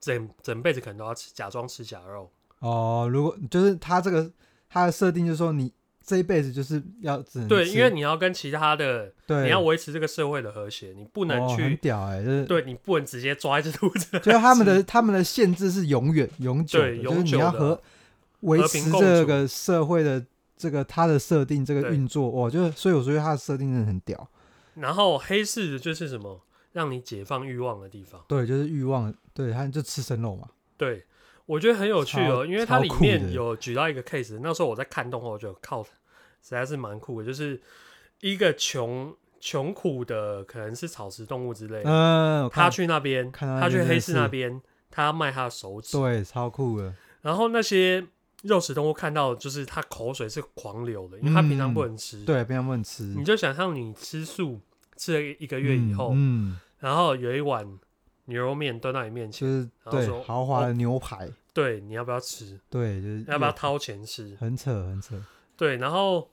[SPEAKER 2] 整整辈子可能都要吃，假装吃假肉。
[SPEAKER 1] 哦、如果就是他这个他的设定就是说你这一辈子就是要只能
[SPEAKER 2] 对，
[SPEAKER 1] 吃
[SPEAKER 2] 因为你要跟其他的，
[SPEAKER 1] 对
[SPEAKER 2] 你要维持这个社会的和谐，你不
[SPEAKER 1] 不
[SPEAKER 2] 能
[SPEAKER 1] 很
[SPEAKER 2] 去，
[SPEAKER 1] 屌哎、就是
[SPEAKER 2] 对你不能直接抓一只兔子，
[SPEAKER 1] 就是他们的他们的限制是永远永久的，
[SPEAKER 2] 对
[SPEAKER 1] 就是
[SPEAKER 2] 永
[SPEAKER 1] 你
[SPEAKER 2] 久
[SPEAKER 1] 要
[SPEAKER 2] 的
[SPEAKER 1] 和维
[SPEAKER 2] 和平
[SPEAKER 1] 持
[SPEAKER 2] 共
[SPEAKER 1] 这
[SPEAKER 2] 处
[SPEAKER 1] 个社会的这个它的设定这个
[SPEAKER 2] 对
[SPEAKER 1] 运作，哇，就是所以我觉得它的设定真的很屌，
[SPEAKER 2] [LAUGHS] 然后黑市就是什么，让你解放欲望的地方。
[SPEAKER 1] 对，就是欲望，对，它就吃生肉嘛，
[SPEAKER 2] 对，我觉得很有趣
[SPEAKER 1] 超
[SPEAKER 2] 哦，因为它
[SPEAKER 1] 超
[SPEAKER 2] 里
[SPEAKER 1] 酷的
[SPEAKER 2] 面有举到一个 case，那时候我在看动画，我觉得靠，实在是蛮酷的，就是一个穷穷苦的，可能是草食动物之类的，
[SPEAKER 1] 嗯，我
[SPEAKER 2] 他
[SPEAKER 1] 看
[SPEAKER 2] 去那边，
[SPEAKER 1] 看到那
[SPEAKER 2] 他去
[SPEAKER 1] 边真
[SPEAKER 2] 黑
[SPEAKER 1] 的
[SPEAKER 2] 市
[SPEAKER 1] 是
[SPEAKER 2] 那边，他卖他的手指，
[SPEAKER 1] 对，超酷的，
[SPEAKER 2] 然后那些肉食动物看到，就是他口水是狂流的，因为他平常不能吃，，
[SPEAKER 1] 对，被他们吃
[SPEAKER 2] 你就想象你吃素吃了一个月以
[SPEAKER 1] 嗯
[SPEAKER 2] 后，
[SPEAKER 1] 嗯，
[SPEAKER 2] 然后有一碗牛肉面端到你面
[SPEAKER 1] 就
[SPEAKER 2] 前，
[SPEAKER 1] 是
[SPEAKER 2] 嗯然后
[SPEAKER 1] 对
[SPEAKER 2] 说
[SPEAKER 1] 豪华的牛排，
[SPEAKER 2] 对，你要不要吃？
[SPEAKER 1] 对，就是
[SPEAKER 2] 要不要掏钱吃？
[SPEAKER 1] 很扯很扯，
[SPEAKER 2] 对，然后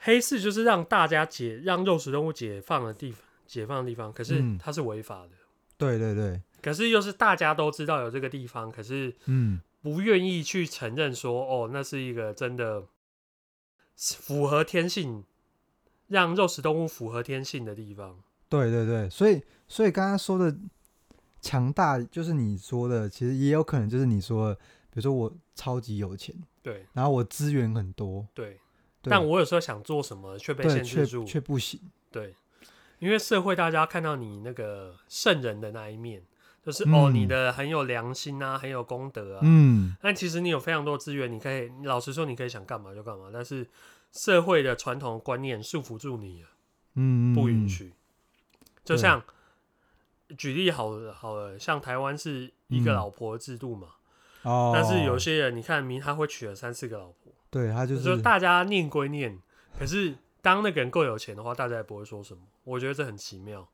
[SPEAKER 2] 黑市就是让大家解让肉食动物解放的地方，解放的地方，可是
[SPEAKER 1] 嗯
[SPEAKER 2] 它是违法的，
[SPEAKER 1] 对对对，
[SPEAKER 2] 可是又是大家都知道有这个地方，可是
[SPEAKER 1] 嗯，
[SPEAKER 2] 不愿意去承认说，哦，那是一个真的符合天性，让肉食动物符合天性的地方。
[SPEAKER 1] 对对对，所以所以刚刚说的强大，就是你说的，其实也有可能就是你说的，比如说我超级有钱，
[SPEAKER 2] 对
[SPEAKER 1] 然后我资源很多，
[SPEAKER 2] 对，
[SPEAKER 1] 对
[SPEAKER 2] 但我有时候想做什么却被
[SPEAKER 1] 对
[SPEAKER 2] 限
[SPEAKER 1] 却
[SPEAKER 2] 制住，
[SPEAKER 1] 却不行，
[SPEAKER 2] 对，因为社会大家看到你那个圣人的那一面，就是、
[SPEAKER 1] 嗯
[SPEAKER 2] 哦，你的很有良心啊，很有功德啊。
[SPEAKER 1] 嗯，
[SPEAKER 2] 但其实你有非常多资源，你可以老实说，你可以想干嘛就干嘛。但是社会的传统观念束缚住你了，
[SPEAKER 1] 嗯
[SPEAKER 2] 不允
[SPEAKER 1] 嗯
[SPEAKER 2] 许。就
[SPEAKER 1] 对
[SPEAKER 2] 像举例好了好了，像台湾是一个
[SPEAKER 1] 嗯
[SPEAKER 2] 老婆制度嘛，
[SPEAKER 1] 哦，
[SPEAKER 2] 但是有些人你看明他会娶了三四个老婆，
[SPEAKER 1] 对他就
[SPEAKER 2] 就是说大家念归念，可是当那个人够有钱的话，大家也不会说什么。我觉得这很奇妙。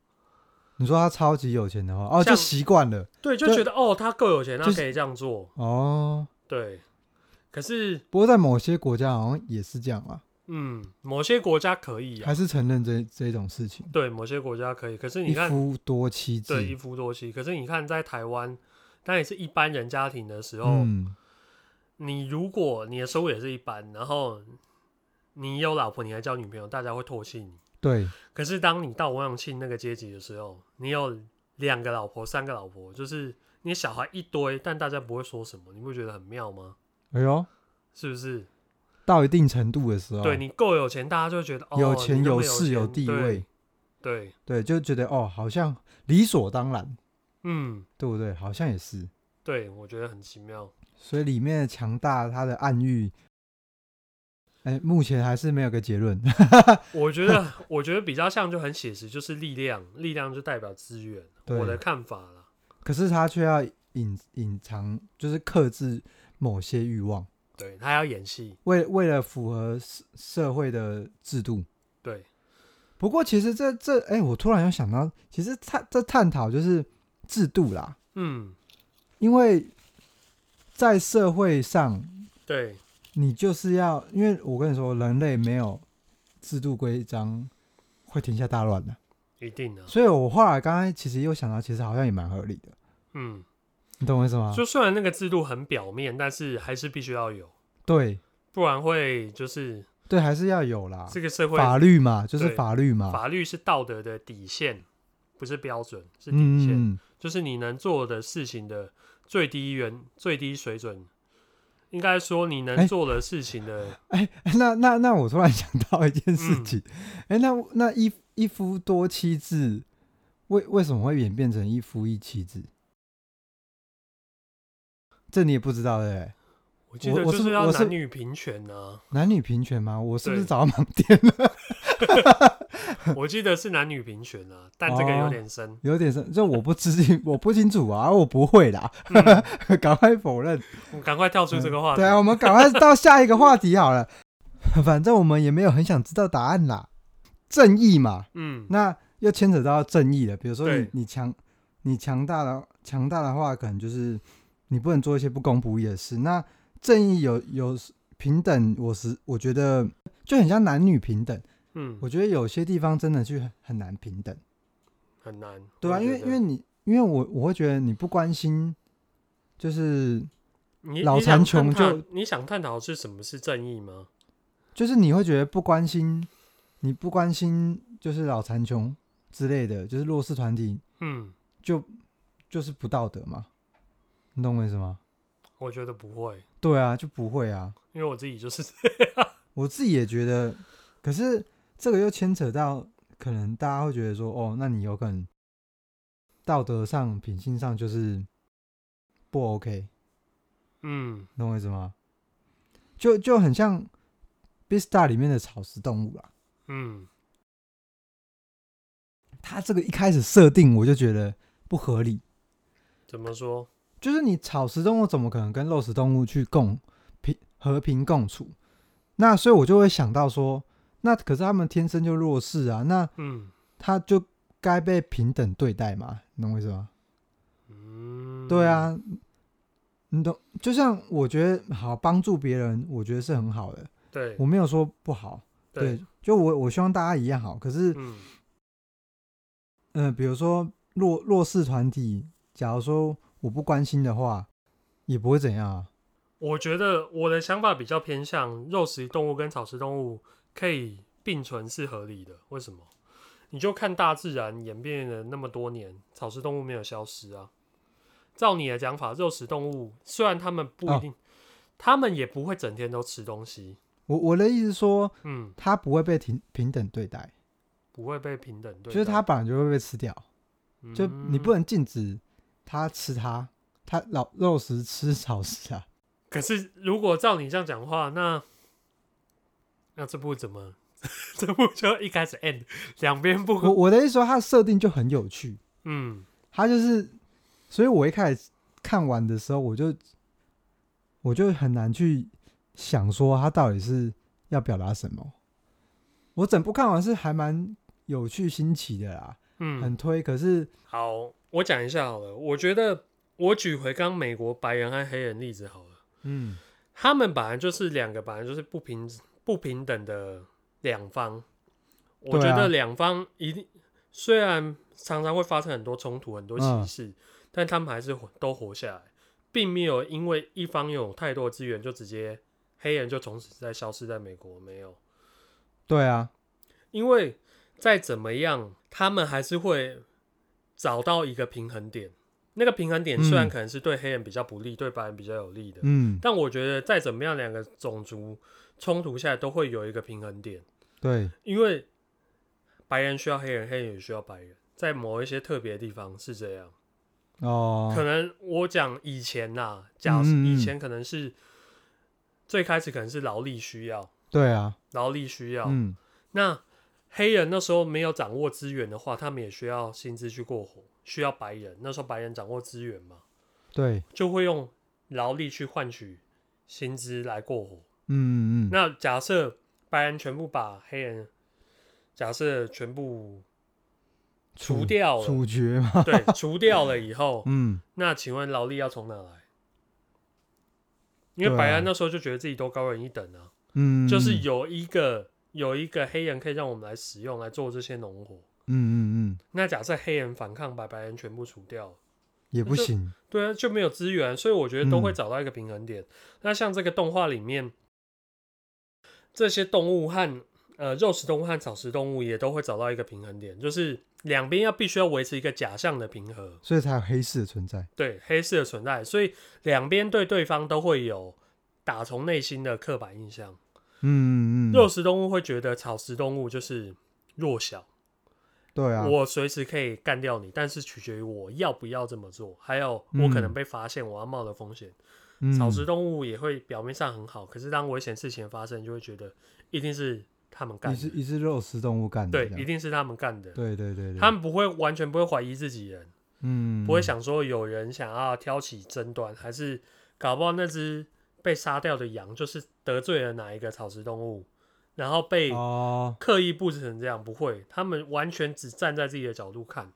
[SPEAKER 1] 你说他超级有钱的话，哦，就
[SPEAKER 2] 像
[SPEAKER 1] 习惯了
[SPEAKER 2] 对，就
[SPEAKER 1] 对
[SPEAKER 2] 觉得哦，他够有钱，他
[SPEAKER 1] 就是
[SPEAKER 2] 可以这样做。
[SPEAKER 1] 哦。
[SPEAKER 2] 对，可是
[SPEAKER 1] 不过在某些国家好像也是这样啊，
[SPEAKER 2] 嗯，某些国家可以啊
[SPEAKER 1] 还，是承认这这种事情，
[SPEAKER 2] 对，某些国家可以。可是
[SPEAKER 1] 一
[SPEAKER 2] 你看，
[SPEAKER 1] 夫多妻
[SPEAKER 2] 对一
[SPEAKER 1] 制，
[SPEAKER 2] 夫多妻，可是你看在台湾，当你是一般人家庭的时候，
[SPEAKER 1] 嗯，
[SPEAKER 2] 你如果你的收入也是一般，然后你有老婆，你还交女朋友，大家会唾弃你。
[SPEAKER 1] 对，
[SPEAKER 2] 可是当你到王永庆那个阶级的时候，你有两个老婆、三个老婆，就是你小孩一堆，但大家不会说什么，你不觉得很妙吗？
[SPEAKER 1] 哎呦，
[SPEAKER 2] 是不是？
[SPEAKER 1] 到一定程度的时候，
[SPEAKER 2] 对你够有钱，大家就会觉得哦，
[SPEAKER 1] 啊有
[SPEAKER 2] 你
[SPEAKER 1] 钱
[SPEAKER 2] 那么
[SPEAKER 1] 有
[SPEAKER 2] 有
[SPEAKER 1] 势有
[SPEAKER 2] 钱
[SPEAKER 1] 地
[SPEAKER 2] 对
[SPEAKER 1] 位，
[SPEAKER 2] 对，
[SPEAKER 1] 对，就觉得哦，好像理所当然，
[SPEAKER 2] 嗯，
[SPEAKER 1] 对不对？好像也是。
[SPEAKER 2] 对，我觉得很奇妙。
[SPEAKER 1] 所以里面的强大，它的暗喻，哎，目前还是没有个结论。 [LAUGHS]
[SPEAKER 2] 我觉得，我觉得比较像就很写实，就是力量，力量就代表资源，
[SPEAKER 1] 对
[SPEAKER 2] 我的看法啦。
[SPEAKER 1] 可是他却要隐隐藏，就是克制某些欲望，
[SPEAKER 2] 对他要演戏，
[SPEAKER 1] 为为了符合社社会的制度。
[SPEAKER 2] 对，
[SPEAKER 1] 不过其实这这哎、我突然有想到，其实探这探讨就是制度啦，
[SPEAKER 2] 嗯，
[SPEAKER 1] 因为在社会上，
[SPEAKER 2] 对，
[SPEAKER 1] 你就是要，因为我跟你说，人类没有制度规章，会天下大乱的。
[SPEAKER 2] 一定的、
[SPEAKER 1] 所以我后来刚才其实又想到，其实好像也蛮合理的，
[SPEAKER 2] 嗯，
[SPEAKER 1] 你懂我意思吗？
[SPEAKER 2] 就虽然那个制度很表面，但是还是必须要有，
[SPEAKER 1] 对
[SPEAKER 2] 不然会就是
[SPEAKER 1] 对，还是要有啦，
[SPEAKER 2] 这个社会
[SPEAKER 1] 啊法律啊嘛，就是
[SPEAKER 2] 对
[SPEAKER 1] 法律嘛，
[SPEAKER 2] 法律是道德的底线，不是标准，是底线，
[SPEAKER 1] 嗯嗯，嗯
[SPEAKER 2] 就是你能做的事情的最低原最低水准。应该说你能
[SPEAKER 1] 哎
[SPEAKER 2] 做的事情的，
[SPEAKER 1] 哎、那那那我突然想到一件事
[SPEAKER 2] 嗯
[SPEAKER 1] 情，哎、那那一一夫多妻制，为为什么会演变成一夫一妻制？这你也不知道对不对？
[SPEAKER 2] 我记
[SPEAKER 1] 我
[SPEAKER 2] 得
[SPEAKER 1] 我
[SPEAKER 2] 就是要
[SPEAKER 1] 我是
[SPEAKER 2] 男女平权
[SPEAKER 1] [LAUGHS]
[SPEAKER 2] 啊呢、
[SPEAKER 1] 男女平权吗？我是不是
[SPEAKER 2] 对
[SPEAKER 1] 找到盲点了？ [LAUGHS]
[SPEAKER 2] 我记得是男女平权啊，但这个有点深。
[SPEAKER 1] 有点是，这我不知 [LAUGHS] 情，我不清楚啊，我不会啦，
[SPEAKER 2] 嗯
[SPEAKER 1] 赶快否认。
[SPEAKER 2] 我们赶快跳出这个话题。
[SPEAKER 1] 对啊，我们赶快到下一个话题好了。 [LAUGHS] 反正我们也没有很想知道答案啦。正义嘛，
[SPEAKER 2] 嗯，
[SPEAKER 1] 那又牵扯到正义了。比如说你
[SPEAKER 2] 对
[SPEAKER 1] 你强你强大的强大的话，可能就是你不能做一些不公不义的事。那正义有有平等，我是我觉得就很像男女平等。
[SPEAKER 2] 嗯，
[SPEAKER 1] 我觉得有些地方真的去很难平等，
[SPEAKER 2] 很难。
[SPEAKER 1] 对啊，
[SPEAKER 2] 我
[SPEAKER 1] 因
[SPEAKER 2] 也
[SPEAKER 1] 为
[SPEAKER 2] 觉
[SPEAKER 1] 因为
[SPEAKER 2] 得
[SPEAKER 1] 你因为我我会觉得你不关心，就是
[SPEAKER 2] 你
[SPEAKER 1] 脑
[SPEAKER 2] 你想
[SPEAKER 1] 残穷
[SPEAKER 2] 探讨
[SPEAKER 1] 就
[SPEAKER 2] 你想探讨是什么是正义吗？
[SPEAKER 1] 就是你会觉得不关心，你不关心就是老残穷之类的，就是弱势团体
[SPEAKER 2] 嗯，
[SPEAKER 1] 就是不道德嘛，你懂我意思吗？
[SPEAKER 2] 我觉得不会，
[SPEAKER 1] 对啊，就不会啊，
[SPEAKER 2] 因为我自己就是
[SPEAKER 1] 我自己也觉得，可是这个又牵扯到可能大家会觉得说，哦，那你有可能道德上、品性上就是不 OK，
[SPEAKER 2] 嗯
[SPEAKER 1] 你懂我意思吗？就就很像《b i s t a r 里面的草食动物啦，
[SPEAKER 2] 嗯
[SPEAKER 1] 它这个一开始设定我就觉得不合理，
[SPEAKER 2] 怎么说？
[SPEAKER 1] 就是你草食动物怎么可能跟肉食动物去共平和平共处？那所以我就会想到说，那可是他们天生就弱势啊，那
[SPEAKER 2] 嗯
[SPEAKER 1] 他就该被平等对待嘛，你懂我意思吗？
[SPEAKER 2] 嗯，
[SPEAKER 1] 对，啊，你懂？就像我觉得好帮助别人，我觉得是很好的，
[SPEAKER 2] 对
[SPEAKER 1] 我没有说不好。对，
[SPEAKER 2] 对，
[SPEAKER 1] 就我我希望大家一样好，可是
[SPEAKER 2] 嗯
[SPEAKER 1] 嗯、呃比如说弱弱势团体，假如说我不关心的话，也不会怎样啊。
[SPEAKER 2] 我觉得我的想法比较偏向肉食动物跟草食动物可以并存是合理的。为什么？你就看大自然演变了那么多年，草食动物没有消失啊。照你的讲法，肉食动物虽然它们不一
[SPEAKER 1] 哦
[SPEAKER 2] 定，它们也不会整天都吃东西，
[SPEAKER 1] 我我的意思是说，
[SPEAKER 2] 嗯，
[SPEAKER 1] 它不会被平平等对待，
[SPEAKER 2] 不会被平等对待。
[SPEAKER 1] 就是它本来就会被吃掉，
[SPEAKER 2] 嗯，
[SPEAKER 1] 就你不能禁止它吃它，它老肉食吃草食啊，
[SPEAKER 2] 可是如果照你这样讲话，那那这部怎么？ [LAUGHS] 这部就一开始 end 两边不
[SPEAKER 1] 我我的意思说，它的设定就很有趣，
[SPEAKER 2] 嗯
[SPEAKER 1] 它就是，所以我一开始看完的时候，我就我就很难去想说它到底是要表达什么。我整部看完是还蛮有趣新奇的啦，
[SPEAKER 2] 嗯
[SPEAKER 1] 很推。可是
[SPEAKER 2] 好，我讲一下好了。我觉得我举回刚美国白人和黑人例子好了，
[SPEAKER 1] 嗯，
[SPEAKER 2] 他们本来就是两个本来就是不平不平等的两方。我
[SPEAKER 1] 对
[SPEAKER 2] 觉
[SPEAKER 1] 啊
[SPEAKER 2] 得两方一定、虽然常常会发生很多冲突、很多歧
[SPEAKER 1] 嗯
[SPEAKER 2] 视，但他们还是活都活下来，并没有因为一方有太多资源就直接黑人就从此在消失在美国，没有。
[SPEAKER 1] 对啊，
[SPEAKER 2] 因为再怎么样，他们还是会找到一个平衡点。那个平衡点虽然
[SPEAKER 1] 嗯
[SPEAKER 2] 可能是对黑人比较不利，对白人比较有利的，
[SPEAKER 1] 嗯，
[SPEAKER 2] 但我觉得再怎么样，两个种族冲突下来都会有一个平衡点，
[SPEAKER 1] 对，
[SPEAKER 2] 因为白人需要黑人，黑人也需要白人，在某一些特别的地方是这样。
[SPEAKER 1] 哦，
[SPEAKER 2] 可能我讲以前呐、假
[SPEAKER 1] 嗯嗯嗯
[SPEAKER 2] 以前可能是最开始可能是劳力需要，
[SPEAKER 1] 对啊，
[SPEAKER 2] 劳力需要，
[SPEAKER 1] 嗯，
[SPEAKER 2] 那黑人那时候没有掌握资源的话，他们也需要薪资去过活，需要白人。那时候白人掌握资源嘛，
[SPEAKER 1] 对，
[SPEAKER 2] 就会用劳力去换取薪资来过活。
[SPEAKER 1] 嗯嗯嗯，
[SPEAKER 2] 那假设白人全部把黑人，假设全部除
[SPEAKER 1] 处
[SPEAKER 2] 掉了
[SPEAKER 1] 处决嘛，
[SPEAKER 2] 对除掉了以后，
[SPEAKER 1] 嗯，
[SPEAKER 2] 那请问劳力要从哪来？因为
[SPEAKER 1] 对啊
[SPEAKER 2] 白安那时候就觉得自己多高人一等啊，
[SPEAKER 1] 嗯，
[SPEAKER 2] 就是有一个有一个黑人可以让我们来使用来做这些农活。
[SPEAKER 1] 嗯，嗯嗯嗯，
[SPEAKER 2] 那假设黑人反抗，把白人全部除掉了
[SPEAKER 1] 也不
[SPEAKER 2] 那就
[SPEAKER 1] 行，
[SPEAKER 2] 对啊，就没有资源，所以我觉得都会
[SPEAKER 1] 嗯
[SPEAKER 2] 找到一个平衡点。那像这个动画里面，这些动物和呃肉食动物和草食动物也都会找到一个平衡点，就是两边要必须要维持一个假象的平衡，
[SPEAKER 1] 所以才有黑市的存在。
[SPEAKER 2] 对黑市的存在，所以两边对对方都会有打从内心的刻板印象。
[SPEAKER 1] 嗯嗯嗯，
[SPEAKER 2] 肉食动物会觉得草食动物就是弱小，
[SPEAKER 1] 对啊，
[SPEAKER 2] 我随时可以干掉你，但是取决于我要不要这么做，还有我可能
[SPEAKER 1] 嗯
[SPEAKER 2] 被发现，我要冒的风险。
[SPEAKER 1] 嗯
[SPEAKER 2] 草食动物也会表面上很好，可是当危险事情发生，就会觉得一定是他们干
[SPEAKER 1] 一只
[SPEAKER 2] 的，
[SPEAKER 1] 一只肉食动物干的
[SPEAKER 2] 对
[SPEAKER 1] 这，样，
[SPEAKER 2] 一定是他们干的。
[SPEAKER 1] 对对对对，
[SPEAKER 2] 他们不会完全不会怀疑自己人，
[SPEAKER 1] 嗯
[SPEAKER 2] 不会想说有人想要挑起争端，还是搞不好那只被杀掉的羊就是得罪了哪一个草食动物，然后被
[SPEAKER 1] 哦，
[SPEAKER 2] 刻意布置成这样。不会，他们完全只站在自己的角度看，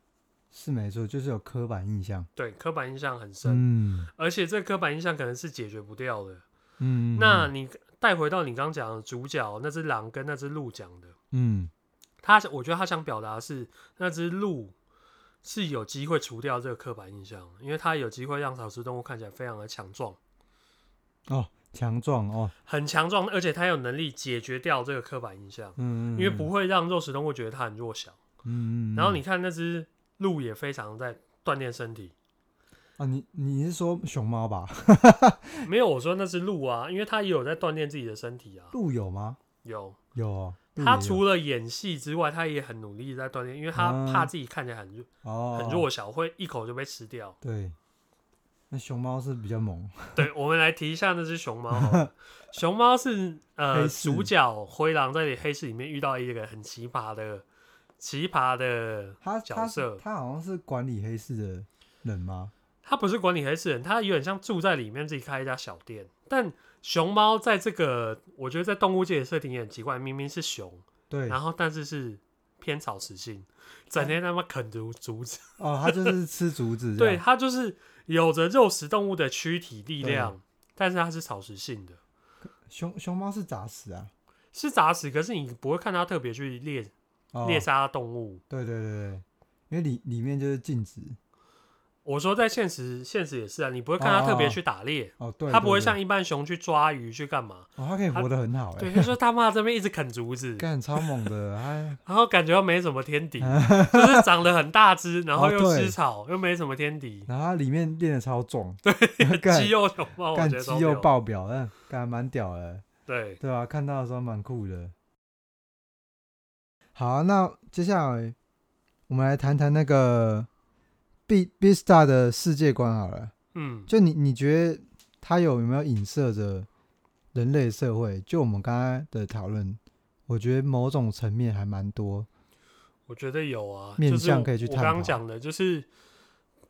[SPEAKER 1] 是没错，就是有刻板印象。
[SPEAKER 2] 对刻板印象很深，
[SPEAKER 1] 嗯
[SPEAKER 2] 而且这刻板印象可能是解决不掉的。
[SPEAKER 1] 嗯，
[SPEAKER 2] 那你带回到你刚讲的主角那只狼跟那只鹿讲的，
[SPEAKER 1] 嗯
[SPEAKER 2] 他我觉得他想表达的是那只鹿是有机会除掉这个刻板印象，因为它有机会让草食动物看起来非常的强壮，
[SPEAKER 1] 哦，强壮哦，
[SPEAKER 2] 很强壮，而且它有能力解决掉这个刻板印象，
[SPEAKER 1] 嗯，嗯
[SPEAKER 2] 因为不，会让肉食动物觉得它很弱小。
[SPEAKER 1] 嗯嗯嗯，
[SPEAKER 2] 然后你看那只鹿也非常在锻炼身体，
[SPEAKER 1] 啊，你你是说熊猫吧？ [LAUGHS]
[SPEAKER 2] 没有我说那只鹿啊，因为它也有在锻炼自己的身体啊，
[SPEAKER 1] 鹿有吗？
[SPEAKER 2] 有。
[SPEAKER 1] 有哦，鹿
[SPEAKER 2] 他
[SPEAKER 1] 也有
[SPEAKER 2] 除了演戏之外，他也很努力在锻炼，因为他
[SPEAKER 1] 啊
[SPEAKER 2] 怕自己看起来很弱。
[SPEAKER 1] 哦。
[SPEAKER 2] 很，弱小，会一口就被吃掉 [LAUGHS]
[SPEAKER 1] 对。那熊猫是比较猛，
[SPEAKER 2] 对，我们来提一下那只熊猫好
[SPEAKER 1] [LAUGHS]
[SPEAKER 2] 了。熊猫是呃
[SPEAKER 1] 黑市
[SPEAKER 2] 主角灰狼在黑市里面遇到一个很奇葩的奇葩的，
[SPEAKER 1] 它
[SPEAKER 2] 角
[SPEAKER 1] 它是
[SPEAKER 2] 色
[SPEAKER 1] 它好像是管理黑市的人吗？
[SPEAKER 2] 他不是管理黑市人，他有点像住在里面自己开一家小店。但熊猫在这个我觉得在动物界的设定也很奇怪，明明是熊，
[SPEAKER 1] 对，
[SPEAKER 2] 然后但是是偏草食性，整天他妈啃竹竹子。
[SPEAKER 1] 哦，它就是吃竹子这
[SPEAKER 2] [LAUGHS] 对，
[SPEAKER 1] 样，
[SPEAKER 2] 它就是有着肉食动物的躯体力
[SPEAKER 1] 对
[SPEAKER 2] 量，但是它是草食性的，
[SPEAKER 1] 熊熊猫是杂食啊，
[SPEAKER 2] 是杂食，可是你不会看它特别去猎、
[SPEAKER 1] 哦，
[SPEAKER 2] 猎杀动物。
[SPEAKER 1] 对对对对，因为里里面就是禁止
[SPEAKER 2] 我说在现实，现实也是啊，你不会看它特别去打猎，
[SPEAKER 1] 哦，对，
[SPEAKER 2] 它不会
[SPEAKER 1] 对对
[SPEAKER 2] 像一般熊去抓鱼去干嘛。
[SPEAKER 1] 哦，它可以
[SPEAKER 2] 它
[SPEAKER 1] 活得很好哎、
[SPEAKER 2] 对，它说他妈这边一直啃竹子，
[SPEAKER 1] 干超猛的，哎，
[SPEAKER 2] 然后感觉又没什么天
[SPEAKER 1] [LAUGHS]
[SPEAKER 2] 敌，就是长得很大只，然后
[SPEAKER 1] 哦
[SPEAKER 2] 又
[SPEAKER 1] 对
[SPEAKER 2] 吃草，又没什么天敌，
[SPEAKER 1] 然后它里面练的超
[SPEAKER 2] [LAUGHS]
[SPEAKER 1] 壮，对 [LAUGHS] 干
[SPEAKER 2] 肌肉熊猫，我
[SPEAKER 1] 干
[SPEAKER 2] 觉得超
[SPEAKER 1] 肌肉
[SPEAKER 2] 屌。
[SPEAKER 1] 爆表，嗯，干蛮屌的，
[SPEAKER 2] 对，
[SPEAKER 1] 对吧、啊看到的时候蛮酷的。好啊、那接下来我们来谈谈那个 B B Star 的世界观好了。
[SPEAKER 2] 嗯，
[SPEAKER 1] 就你你觉得它有有没有影射着人类社会？就我们刚才的讨论，我觉得某种层面还蛮多。
[SPEAKER 2] 我觉得有啊，
[SPEAKER 1] 面
[SPEAKER 2] 就是
[SPEAKER 1] 向
[SPEAKER 2] 我
[SPEAKER 1] 可以去
[SPEAKER 2] 我
[SPEAKER 1] 探
[SPEAKER 2] 刚刚
[SPEAKER 1] 讨
[SPEAKER 2] 讲的就是，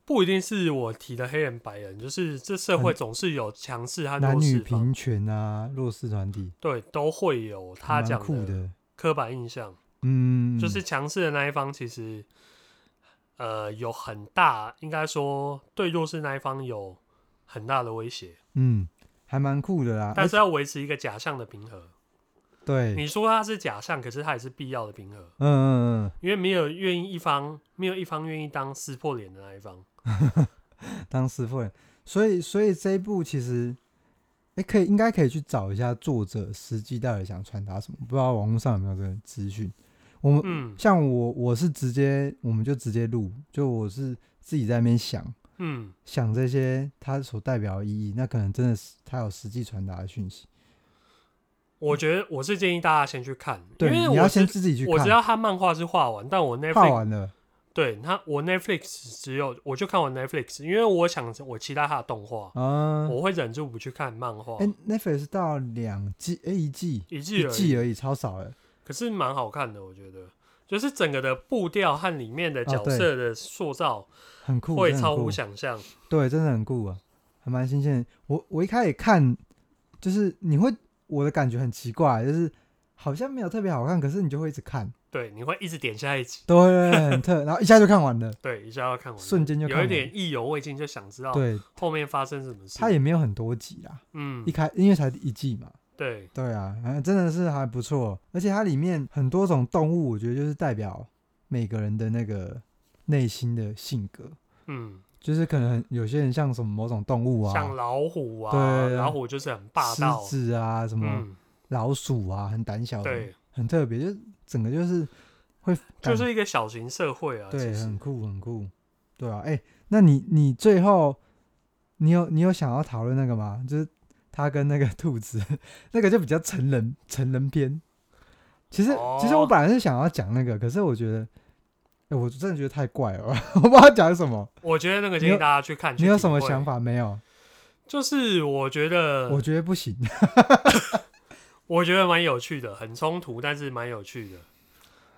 [SPEAKER 2] 不一定是我提的黑人白人，就是这社会
[SPEAKER 1] 嗯
[SPEAKER 2] 总是有强势和
[SPEAKER 1] 男
[SPEAKER 2] 弱
[SPEAKER 1] 女
[SPEAKER 2] 势方，
[SPEAKER 1] 平权啊，弱势团体，
[SPEAKER 2] 对，都会有他
[SPEAKER 1] 蛮
[SPEAKER 2] 讲
[SPEAKER 1] 酷的，
[SPEAKER 2] 刻板印象，
[SPEAKER 1] 嗯，
[SPEAKER 2] 就是强势的那一方其实，呃，有很大，应该说对弱势那一方有很大的威胁，
[SPEAKER 1] 嗯，还蛮酷的啦。哎
[SPEAKER 2] 但是要维持一个假象的平衡。
[SPEAKER 1] 啊对，
[SPEAKER 2] 你说它是假象，可是它也是必要的平衡。
[SPEAKER 1] 嗯嗯
[SPEAKER 2] 因为没有愿意一方，没有一方愿意当撕破脸的那一方。
[SPEAKER 1] 嗯，当师傅人，所以所以这一部其实，哎、可以应该可以去找一下作者实际到底想传达什么，不知道网络上有没有这个资讯。我们、
[SPEAKER 2] 嗯
[SPEAKER 1] 像我我是直接我们就直接录，就我是自己在那边想
[SPEAKER 2] 嗯，
[SPEAKER 1] 想这些它所代表的意义，那可能真的是它有实际传达的讯息。
[SPEAKER 2] 我觉得我是建议大家先去看，因
[SPEAKER 1] 对，
[SPEAKER 2] 为
[SPEAKER 1] 你要
[SPEAKER 2] 我
[SPEAKER 1] 先
[SPEAKER 2] 是
[SPEAKER 1] 自己去
[SPEAKER 2] 我知
[SPEAKER 1] 看，
[SPEAKER 2] 道他漫画是画完，但我
[SPEAKER 1] 画
[SPEAKER 2] Netflix
[SPEAKER 1] 完了，
[SPEAKER 2] 对他我 Netflix 只有我就看完 Netflix，因为我想我期待他的动画，
[SPEAKER 1] 啊，
[SPEAKER 2] 我会忍住不去看漫画
[SPEAKER 1] 哎、，n e t f l i x 到两季，哎、一季，
[SPEAKER 2] 一季
[SPEAKER 1] 一
[SPEAKER 2] 而已，
[SPEAKER 1] 季而已，超少了。
[SPEAKER 2] 可是蛮好看的，我觉得。就是整个的步调和里面的角色的塑造
[SPEAKER 1] 很酷，
[SPEAKER 2] 会
[SPEAKER 1] 啊真的很
[SPEAKER 2] 超
[SPEAKER 1] 酷
[SPEAKER 2] 乎想象，
[SPEAKER 1] 对，真的很酷啊，还蛮新鲜的。我我一开始看，就是你会我的感觉很奇怪，就是好像没有特别好看，可是你就会一直看，
[SPEAKER 2] 对，你会一直点下一集，
[SPEAKER 1] 对，很特，然后一下就看完了，
[SPEAKER 2] 对，一下要看完，
[SPEAKER 1] 瞬间就看
[SPEAKER 2] 有
[SPEAKER 1] 完
[SPEAKER 2] 一点意犹未尽，就想知道
[SPEAKER 1] 对，
[SPEAKER 2] 后面发生什么事。
[SPEAKER 1] 它也没有很多集啦，
[SPEAKER 2] 嗯
[SPEAKER 1] 一，开因为才一季嘛，
[SPEAKER 2] 对，
[SPEAKER 1] 对啊，啊真的是还不错，而且它里面很多种动物，我觉得就是代表每个人的那个内心的性格，
[SPEAKER 2] 嗯，
[SPEAKER 1] 就是可能很有些人像什么某种动物
[SPEAKER 2] 像
[SPEAKER 1] 啊，
[SPEAKER 2] 老虎啊，
[SPEAKER 1] 对
[SPEAKER 2] 老虎就是很霸
[SPEAKER 1] 狮
[SPEAKER 2] 道，
[SPEAKER 1] 子啊，什么
[SPEAKER 2] 嗯，
[SPEAKER 1] 老鼠啊，很胆小的，
[SPEAKER 2] 对，
[SPEAKER 1] 很特别，就是整个就是会感
[SPEAKER 2] 就是一个小型社会啊，
[SPEAKER 1] 对，
[SPEAKER 2] 其实
[SPEAKER 1] 很酷很酷，对啊，哎、那你你最后你有你有想要讨论那个吗？就是他跟那个 [LAUGHS] 兔子，那个就比较成人成人片。其实、其实我
[SPEAKER 2] 哦
[SPEAKER 1] 本来是想要讲那个，可是我觉得，哎、我真的觉得太怪了， [LAUGHS] 我不知道讲什么。
[SPEAKER 2] 我觉得那个
[SPEAKER 1] 你
[SPEAKER 2] 建议
[SPEAKER 1] 有
[SPEAKER 2] 大家去看。
[SPEAKER 1] 你
[SPEAKER 2] 去
[SPEAKER 1] 有
[SPEAKER 2] 体
[SPEAKER 1] 什么
[SPEAKER 2] 会嗯
[SPEAKER 1] 想？法没有？
[SPEAKER 2] 就是我觉得，
[SPEAKER 1] 我
[SPEAKER 2] 我
[SPEAKER 1] 觉得不行。 [LAUGHS]
[SPEAKER 2] 觉得蛮有趣的，很冲突，但是蛮有趣的。
[SPEAKER 1] 嗯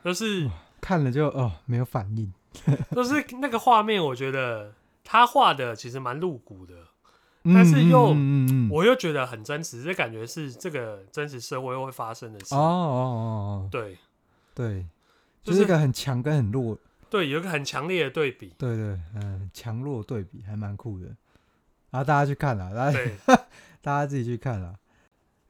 [SPEAKER 2] 就是
[SPEAKER 1] 看了就哦，没有反应。
[SPEAKER 2] [LAUGHS] 就是那个画面，我觉得他画的其实蛮露骨的，
[SPEAKER 1] 嗯
[SPEAKER 2] 但是又
[SPEAKER 1] 嗯嗯嗯嗯
[SPEAKER 2] 我又觉得很真实，这感觉是这个真实社会会发生的事。
[SPEAKER 1] 哦哦哦哦，
[SPEAKER 2] 对
[SPEAKER 1] 对，
[SPEAKER 2] 就
[SPEAKER 1] 就是一
[SPEAKER 2] 是
[SPEAKER 1] 个很强跟很弱
[SPEAKER 2] 对，有一个很强烈的对比。
[SPEAKER 1] 对对，嗯，强弱对比还蛮酷的，啊，大家去看啦，大家
[SPEAKER 2] 对，
[SPEAKER 1] 大家自己去看啦。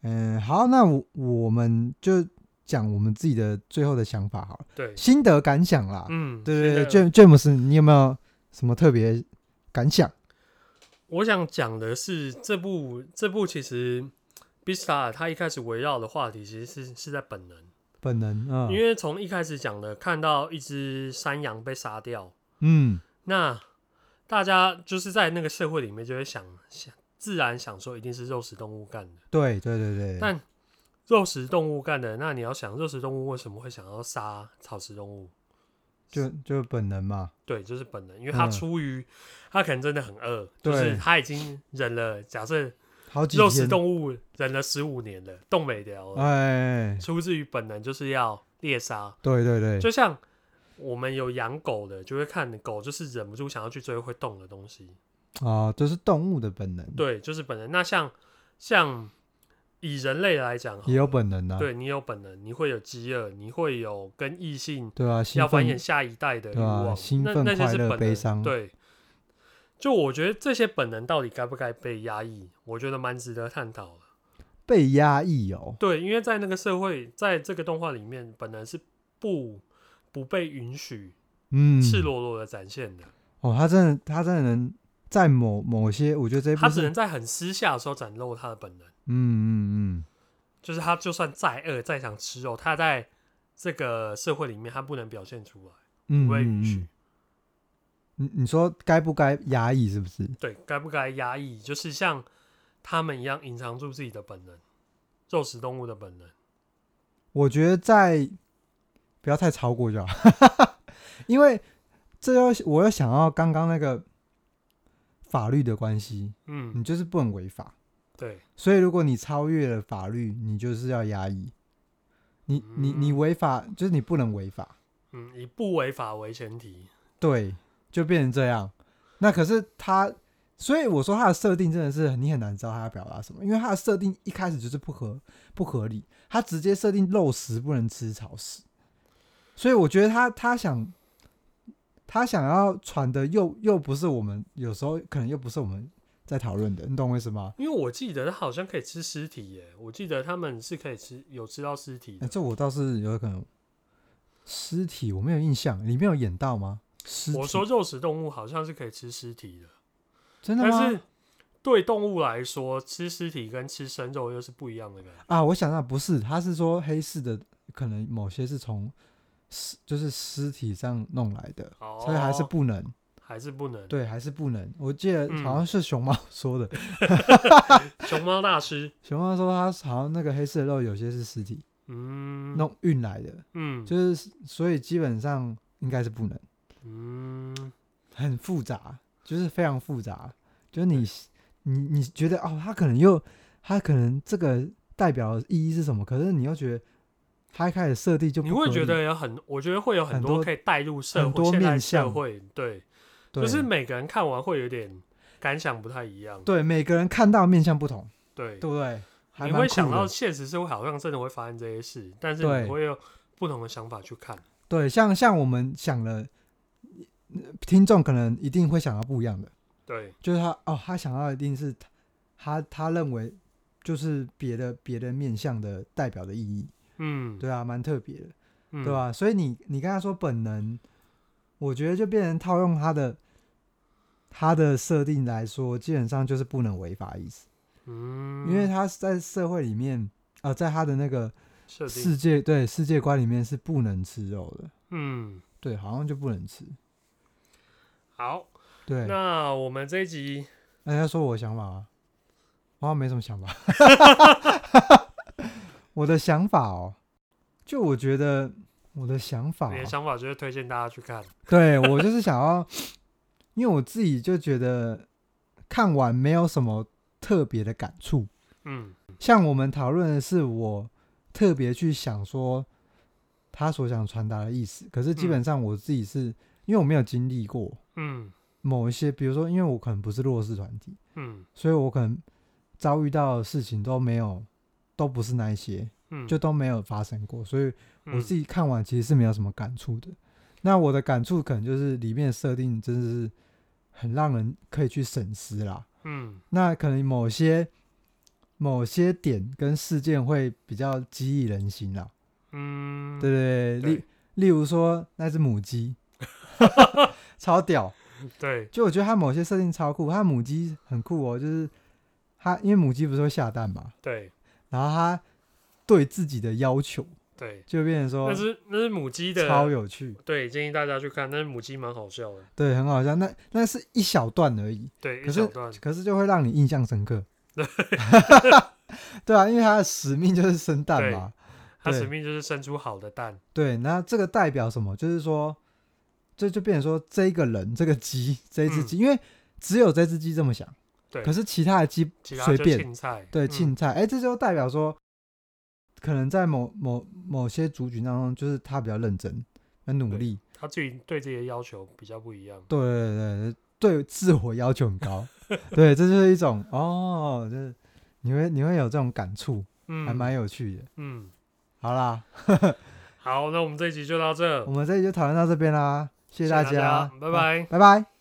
[SPEAKER 1] 嗯，好，那我我们就讲我们自己的最后的想法好了， [LAUGHS]
[SPEAKER 2] 对，
[SPEAKER 1] 心得感想啦。
[SPEAKER 2] 嗯，
[SPEAKER 1] 对对对
[SPEAKER 2] 现在
[SPEAKER 1] 詹詹姆斯，你有没有什么特别感想？
[SPEAKER 2] 我想讲的是这部这部其实《b i s t a 它一开始围绕的话题其实是是在本能，
[SPEAKER 1] 本能啊，
[SPEAKER 2] 因为从一开始讲的看到一只山羊被杀掉，
[SPEAKER 1] 嗯，
[SPEAKER 2] 那大家就是在那个社会里面就会想想自然想说一定是肉食动物干的，
[SPEAKER 1] 对对对对，
[SPEAKER 2] 但肉食动物干的，那你要想肉食动物为什么会想要杀草食动物？
[SPEAKER 1] 就就本能嘛，
[SPEAKER 2] 对，就是本能，因为他
[SPEAKER 1] 嗯
[SPEAKER 2] 出于、他可能真的很饿，
[SPEAKER 1] 对
[SPEAKER 2] 就是他已经忍了，假设
[SPEAKER 1] 好几
[SPEAKER 2] 肉食
[SPEAKER 1] 天，
[SPEAKER 2] 动物忍了十五年了，冻没掉了，
[SPEAKER 1] 哎，
[SPEAKER 2] 出自于本能就是要猎杀，
[SPEAKER 1] 对对对，
[SPEAKER 2] 就像我们有养狗的，就会看狗就是忍不住想要去追会动的东西，
[SPEAKER 1] 啊，就是动物的本能，
[SPEAKER 2] 对，就是本能。那像像以人类来讲好了，
[SPEAKER 1] 也有本能啊，
[SPEAKER 2] 对你有本能，你会有饥饿，你会有跟异性
[SPEAKER 1] 对啊，
[SPEAKER 2] 要
[SPEAKER 1] 兴
[SPEAKER 2] 繁
[SPEAKER 1] 奋
[SPEAKER 2] 衍下一代的欲
[SPEAKER 1] 对啊
[SPEAKER 2] 望，
[SPEAKER 1] 兴
[SPEAKER 2] 那
[SPEAKER 1] 奋
[SPEAKER 2] 那些
[SPEAKER 1] 快
[SPEAKER 2] 是
[SPEAKER 1] 乐
[SPEAKER 2] 本
[SPEAKER 1] 悲
[SPEAKER 2] 能
[SPEAKER 1] 伤
[SPEAKER 2] 对，就我觉得这些本能到底该不该被压抑，我觉得蛮值得探讨的。
[SPEAKER 1] 被压抑哦，
[SPEAKER 2] 对，因为在那个社会，在这个动画里面，本来是不不被允许
[SPEAKER 1] 嗯，
[SPEAKER 2] 赤裸裸的展现的，
[SPEAKER 1] 哦，他真的，他真的能在某某些，我觉得这一部
[SPEAKER 2] 他
[SPEAKER 1] 是
[SPEAKER 2] 只能在很私下的时候展露他的本能，
[SPEAKER 1] 嗯嗯
[SPEAKER 2] 就是他就算再饿再想吃肉，他在这个社会里面他不能表现出来，
[SPEAKER 1] 嗯，
[SPEAKER 2] 不被
[SPEAKER 1] 嗯
[SPEAKER 2] 允许。
[SPEAKER 1] 嗯嗯你你说该不该压抑是不是？
[SPEAKER 2] 对，该不该压抑，就是像他们一样隐藏住自己的本能，肉食动物的本能。
[SPEAKER 1] 我觉得在不要太超过就好， [LAUGHS] 因为这又我又想要刚刚那个法律的关系，
[SPEAKER 2] 嗯，
[SPEAKER 1] 你就是不能违法，
[SPEAKER 2] 对，
[SPEAKER 1] 所以如果你超越了法律，你就是要压抑。你你你
[SPEAKER 2] 嗯
[SPEAKER 1] 违法，就是你不能违法，
[SPEAKER 2] 嗯，以不违法为前提。
[SPEAKER 1] 对，就变成这样。那可是他，所以我说他的设定真的是很你很难知道他要表达什么，因为他的设定一开始就是不合不合理，他直接设定肉食不能吃草食，所以我觉得他他想他想要传的又又不是我们有时候可能又不是我们在讨论的，你懂我意思吗？
[SPEAKER 2] 因为我记得他好像可以吃尸体耶，我记得他们是可以吃，有吃到尸体
[SPEAKER 1] 哎、
[SPEAKER 2] 的。
[SPEAKER 1] 这我倒是有可能。尸体我没有印象，里面有演到吗？尸体
[SPEAKER 2] 我说肉食动物好像是可以吃尸体的，
[SPEAKER 1] 真的吗？
[SPEAKER 2] 但是对动物来说，吃尸体跟吃生肉又是不一样的感觉。
[SPEAKER 1] 啊，我想到不是，他是说黑市的可能某些是从尸就是尸体上弄来的，
[SPEAKER 2] 哦，
[SPEAKER 1] 所以还是不能，
[SPEAKER 2] 还是不能。
[SPEAKER 1] 对，还是不能。我记得好像
[SPEAKER 2] 嗯
[SPEAKER 1] 是熊猫 [LAUGHS] 说的，
[SPEAKER 2] 熊猫大师，
[SPEAKER 1] 熊猫说他好像那个黑市的肉有些是尸体
[SPEAKER 2] 嗯，
[SPEAKER 1] 弄运来的，
[SPEAKER 2] 嗯，
[SPEAKER 1] 就是所以基本上应该是不能，
[SPEAKER 2] 嗯，
[SPEAKER 1] 很复杂，就是非常复杂，就是你你你觉得哦，他可能又他可能这个代表的意义是什么，可是你又觉得。他一开始设定就不
[SPEAKER 2] 你会
[SPEAKER 1] 合
[SPEAKER 2] 觉
[SPEAKER 1] 理
[SPEAKER 2] 得有很，我觉得会有很
[SPEAKER 1] 很
[SPEAKER 2] 多
[SPEAKER 1] 多
[SPEAKER 2] 可以带入社
[SPEAKER 1] 很
[SPEAKER 2] 会
[SPEAKER 1] 多
[SPEAKER 2] 现代
[SPEAKER 1] 面
[SPEAKER 2] 社
[SPEAKER 1] 向
[SPEAKER 2] 会，对，
[SPEAKER 1] 对
[SPEAKER 2] 就是每个人看完会有点感想不太一样，
[SPEAKER 1] 对每个人看到面相不同，
[SPEAKER 2] 对，
[SPEAKER 1] 对不对？还
[SPEAKER 2] 你
[SPEAKER 1] 蛮
[SPEAKER 2] 会
[SPEAKER 1] 酷
[SPEAKER 2] 想到
[SPEAKER 1] 的
[SPEAKER 2] 现实社会好像真的会发生这些事，但是
[SPEAKER 1] 对
[SPEAKER 2] 你会有不同的想法去看。
[SPEAKER 1] 对，像像我们想了，听众可能一定会想到不一样的，
[SPEAKER 2] 对，
[SPEAKER 1] 就是他哦，他想到一定是他他他认为就是别的别的面向的代表的意义，
[SPEAKER 2] 嗯，
[SPEAKER 1] 对啊，蛮特别的，
[SPEAKER 2] 嗯
[SPEAKER 1] 对吧、？啊所以你你刚才说本能，我觉得就变成套用他的他的设定来说，基本上就是不能违法的意思，
[SPEAKER 2] 嗯，
[SPEAKER 1] 因为他是在社会里面啊、呃在他的那个
[SPEAKER 2] 设定，
[SPEAKER 1] 世界对世界观里面是不能吃肉的，
[SPEAKER 2] 嗯，
[SPEAKER 1] 对，好像就不能吃，
[SPEAKER 2] 好，
[SPEAKER 1] 对。
[SPEAKER 2] 那我们这一集
[SPEAKER 1] 那你要说我的想法啊，我好像没什么想法。
[SPEAKER 2] [LAUGHS]
[SPEAKER 1] 我的想法哦，就我觉得我的想法、
[SPEAKER 2] 你的
[SPEAKER 1] 哦，
[SPEAKER 2] 想法就是推荐大家去看，
[SPEAKER 1] 对我就是想要，因为我自己就觉得看完没有什么特别的感触。
[SPEAKER 2] 嗯
[SPEAKER 1] 像我们讨论的是我特别去想说他所想传达的意思，可是基本上我自己是、因为我没有经历过
[SPEAKER 2] 嗯
[SPEAKER 1] 某一些，比如说因为我可能不是弱势团体，
[SPEAKER 2] 嗯
[SPEAKER 1] 所以我可能遭遇到的事情都没有，都不是那一些，
[SPEAKER 2] 嗯，
[SPEAKER 1] 就都没有发生过，所以我自
[SPEAKER 2] 己，
[SPEAKER 1] 己看完其实是没有什么感触的。那我的感触可能就是里面的设定真的是很让人可以去审视啦。
[SPEAKER 2] 嗯
[SPEAKER 1] 那可能某些某些点跟事件会比较激励人心啦，
[SPEAKER 2] 嗯，
[SPEAKER 1] 对对对，例
[SPEAKER 2] 对
[SPEAKER 1] 例如说那只母鸡， [LAUGHS] 超屌，
[SPEAKER 2] 对，
[SPEAKER 1] 就我觉得它某些设定超酷，它母鸡很酷哦，就是它因为母鸡不是会下蛋嘛，
[SPEAKER 2] 对
[SPEAKER 1] 然后它对自己的要求
[SPEAKER 2] 对，
[SPEAKER 1] 就变成说
[SPEAKER 2] 那是那是母鸡的，
[SPEAKER 1] 哦超有趣，
[SPEAKER 2] 对，建议大家去看，那是母鸡蛮好笑的，
[SPEAKER 1] 对，很好笑。那那是一小段而已，
[SPEAKER 2] 对，一
[SPEAKER 1] 可是
[SPEAKER 2] 小段，
[SPEAKER 1] 可是就会让你印象深
[SPEAKER 2] [LAUGHS]
[SPEAKER 1] 刻。对啊，因为它的使命就是生蛋嘛。
[SPEAKER 2] 它
[SPEAKER 1] 对
[SPEAKER 2] 使命就是生出好的蛋，
[SPEAKER 1] 对，那这个代表什么？就是说，这就变成说，这一个人、这个鸡、这一只鸡，因为只有这只鸡这么想，
[SPEAKER 2] 嗯对
[SPEAKER 1] 可是其他的鸡
[SPEAKER 2] 其他
[SPEAKER 1] 随
[SPEAKER 2] 就
[SPEAKER 1] 便
[SPEAKER 2] 青菜，
[SPEAKER 1] 对，
[SPEAKER 2] 嗯
[SPEAKER 1] 庆菜，哎、这就代表说，可能在某某某些族群当中，就是他比较认真、很努力，
[SPEAKER 2] 他自己对自己的要求比较不一样，
[SPEAKER 1] 对对对对，对自我要求很
[SPEAKER 2] [LAUGHS]
[SPEAKER 1] 高，对，这就是一种哦，就是你会你会有这种感触，
[SPEAKER 2] 嗯，
[SPEAKER 1] 还蛮有趣的。
[SPEAKER 2] 嗯，
[SPEAKER 1] 好啦，
[SPEAKER 2] 好，那我们这一集就到这
[SPEAKER 1] 我，们这里就讨论到这边啦，谢
[SPEAKER 2] 谢
[SPEAKER 1] 大
[SPEAKER 2] 家，拜拜。
[SPEAKER 1] 拜拜。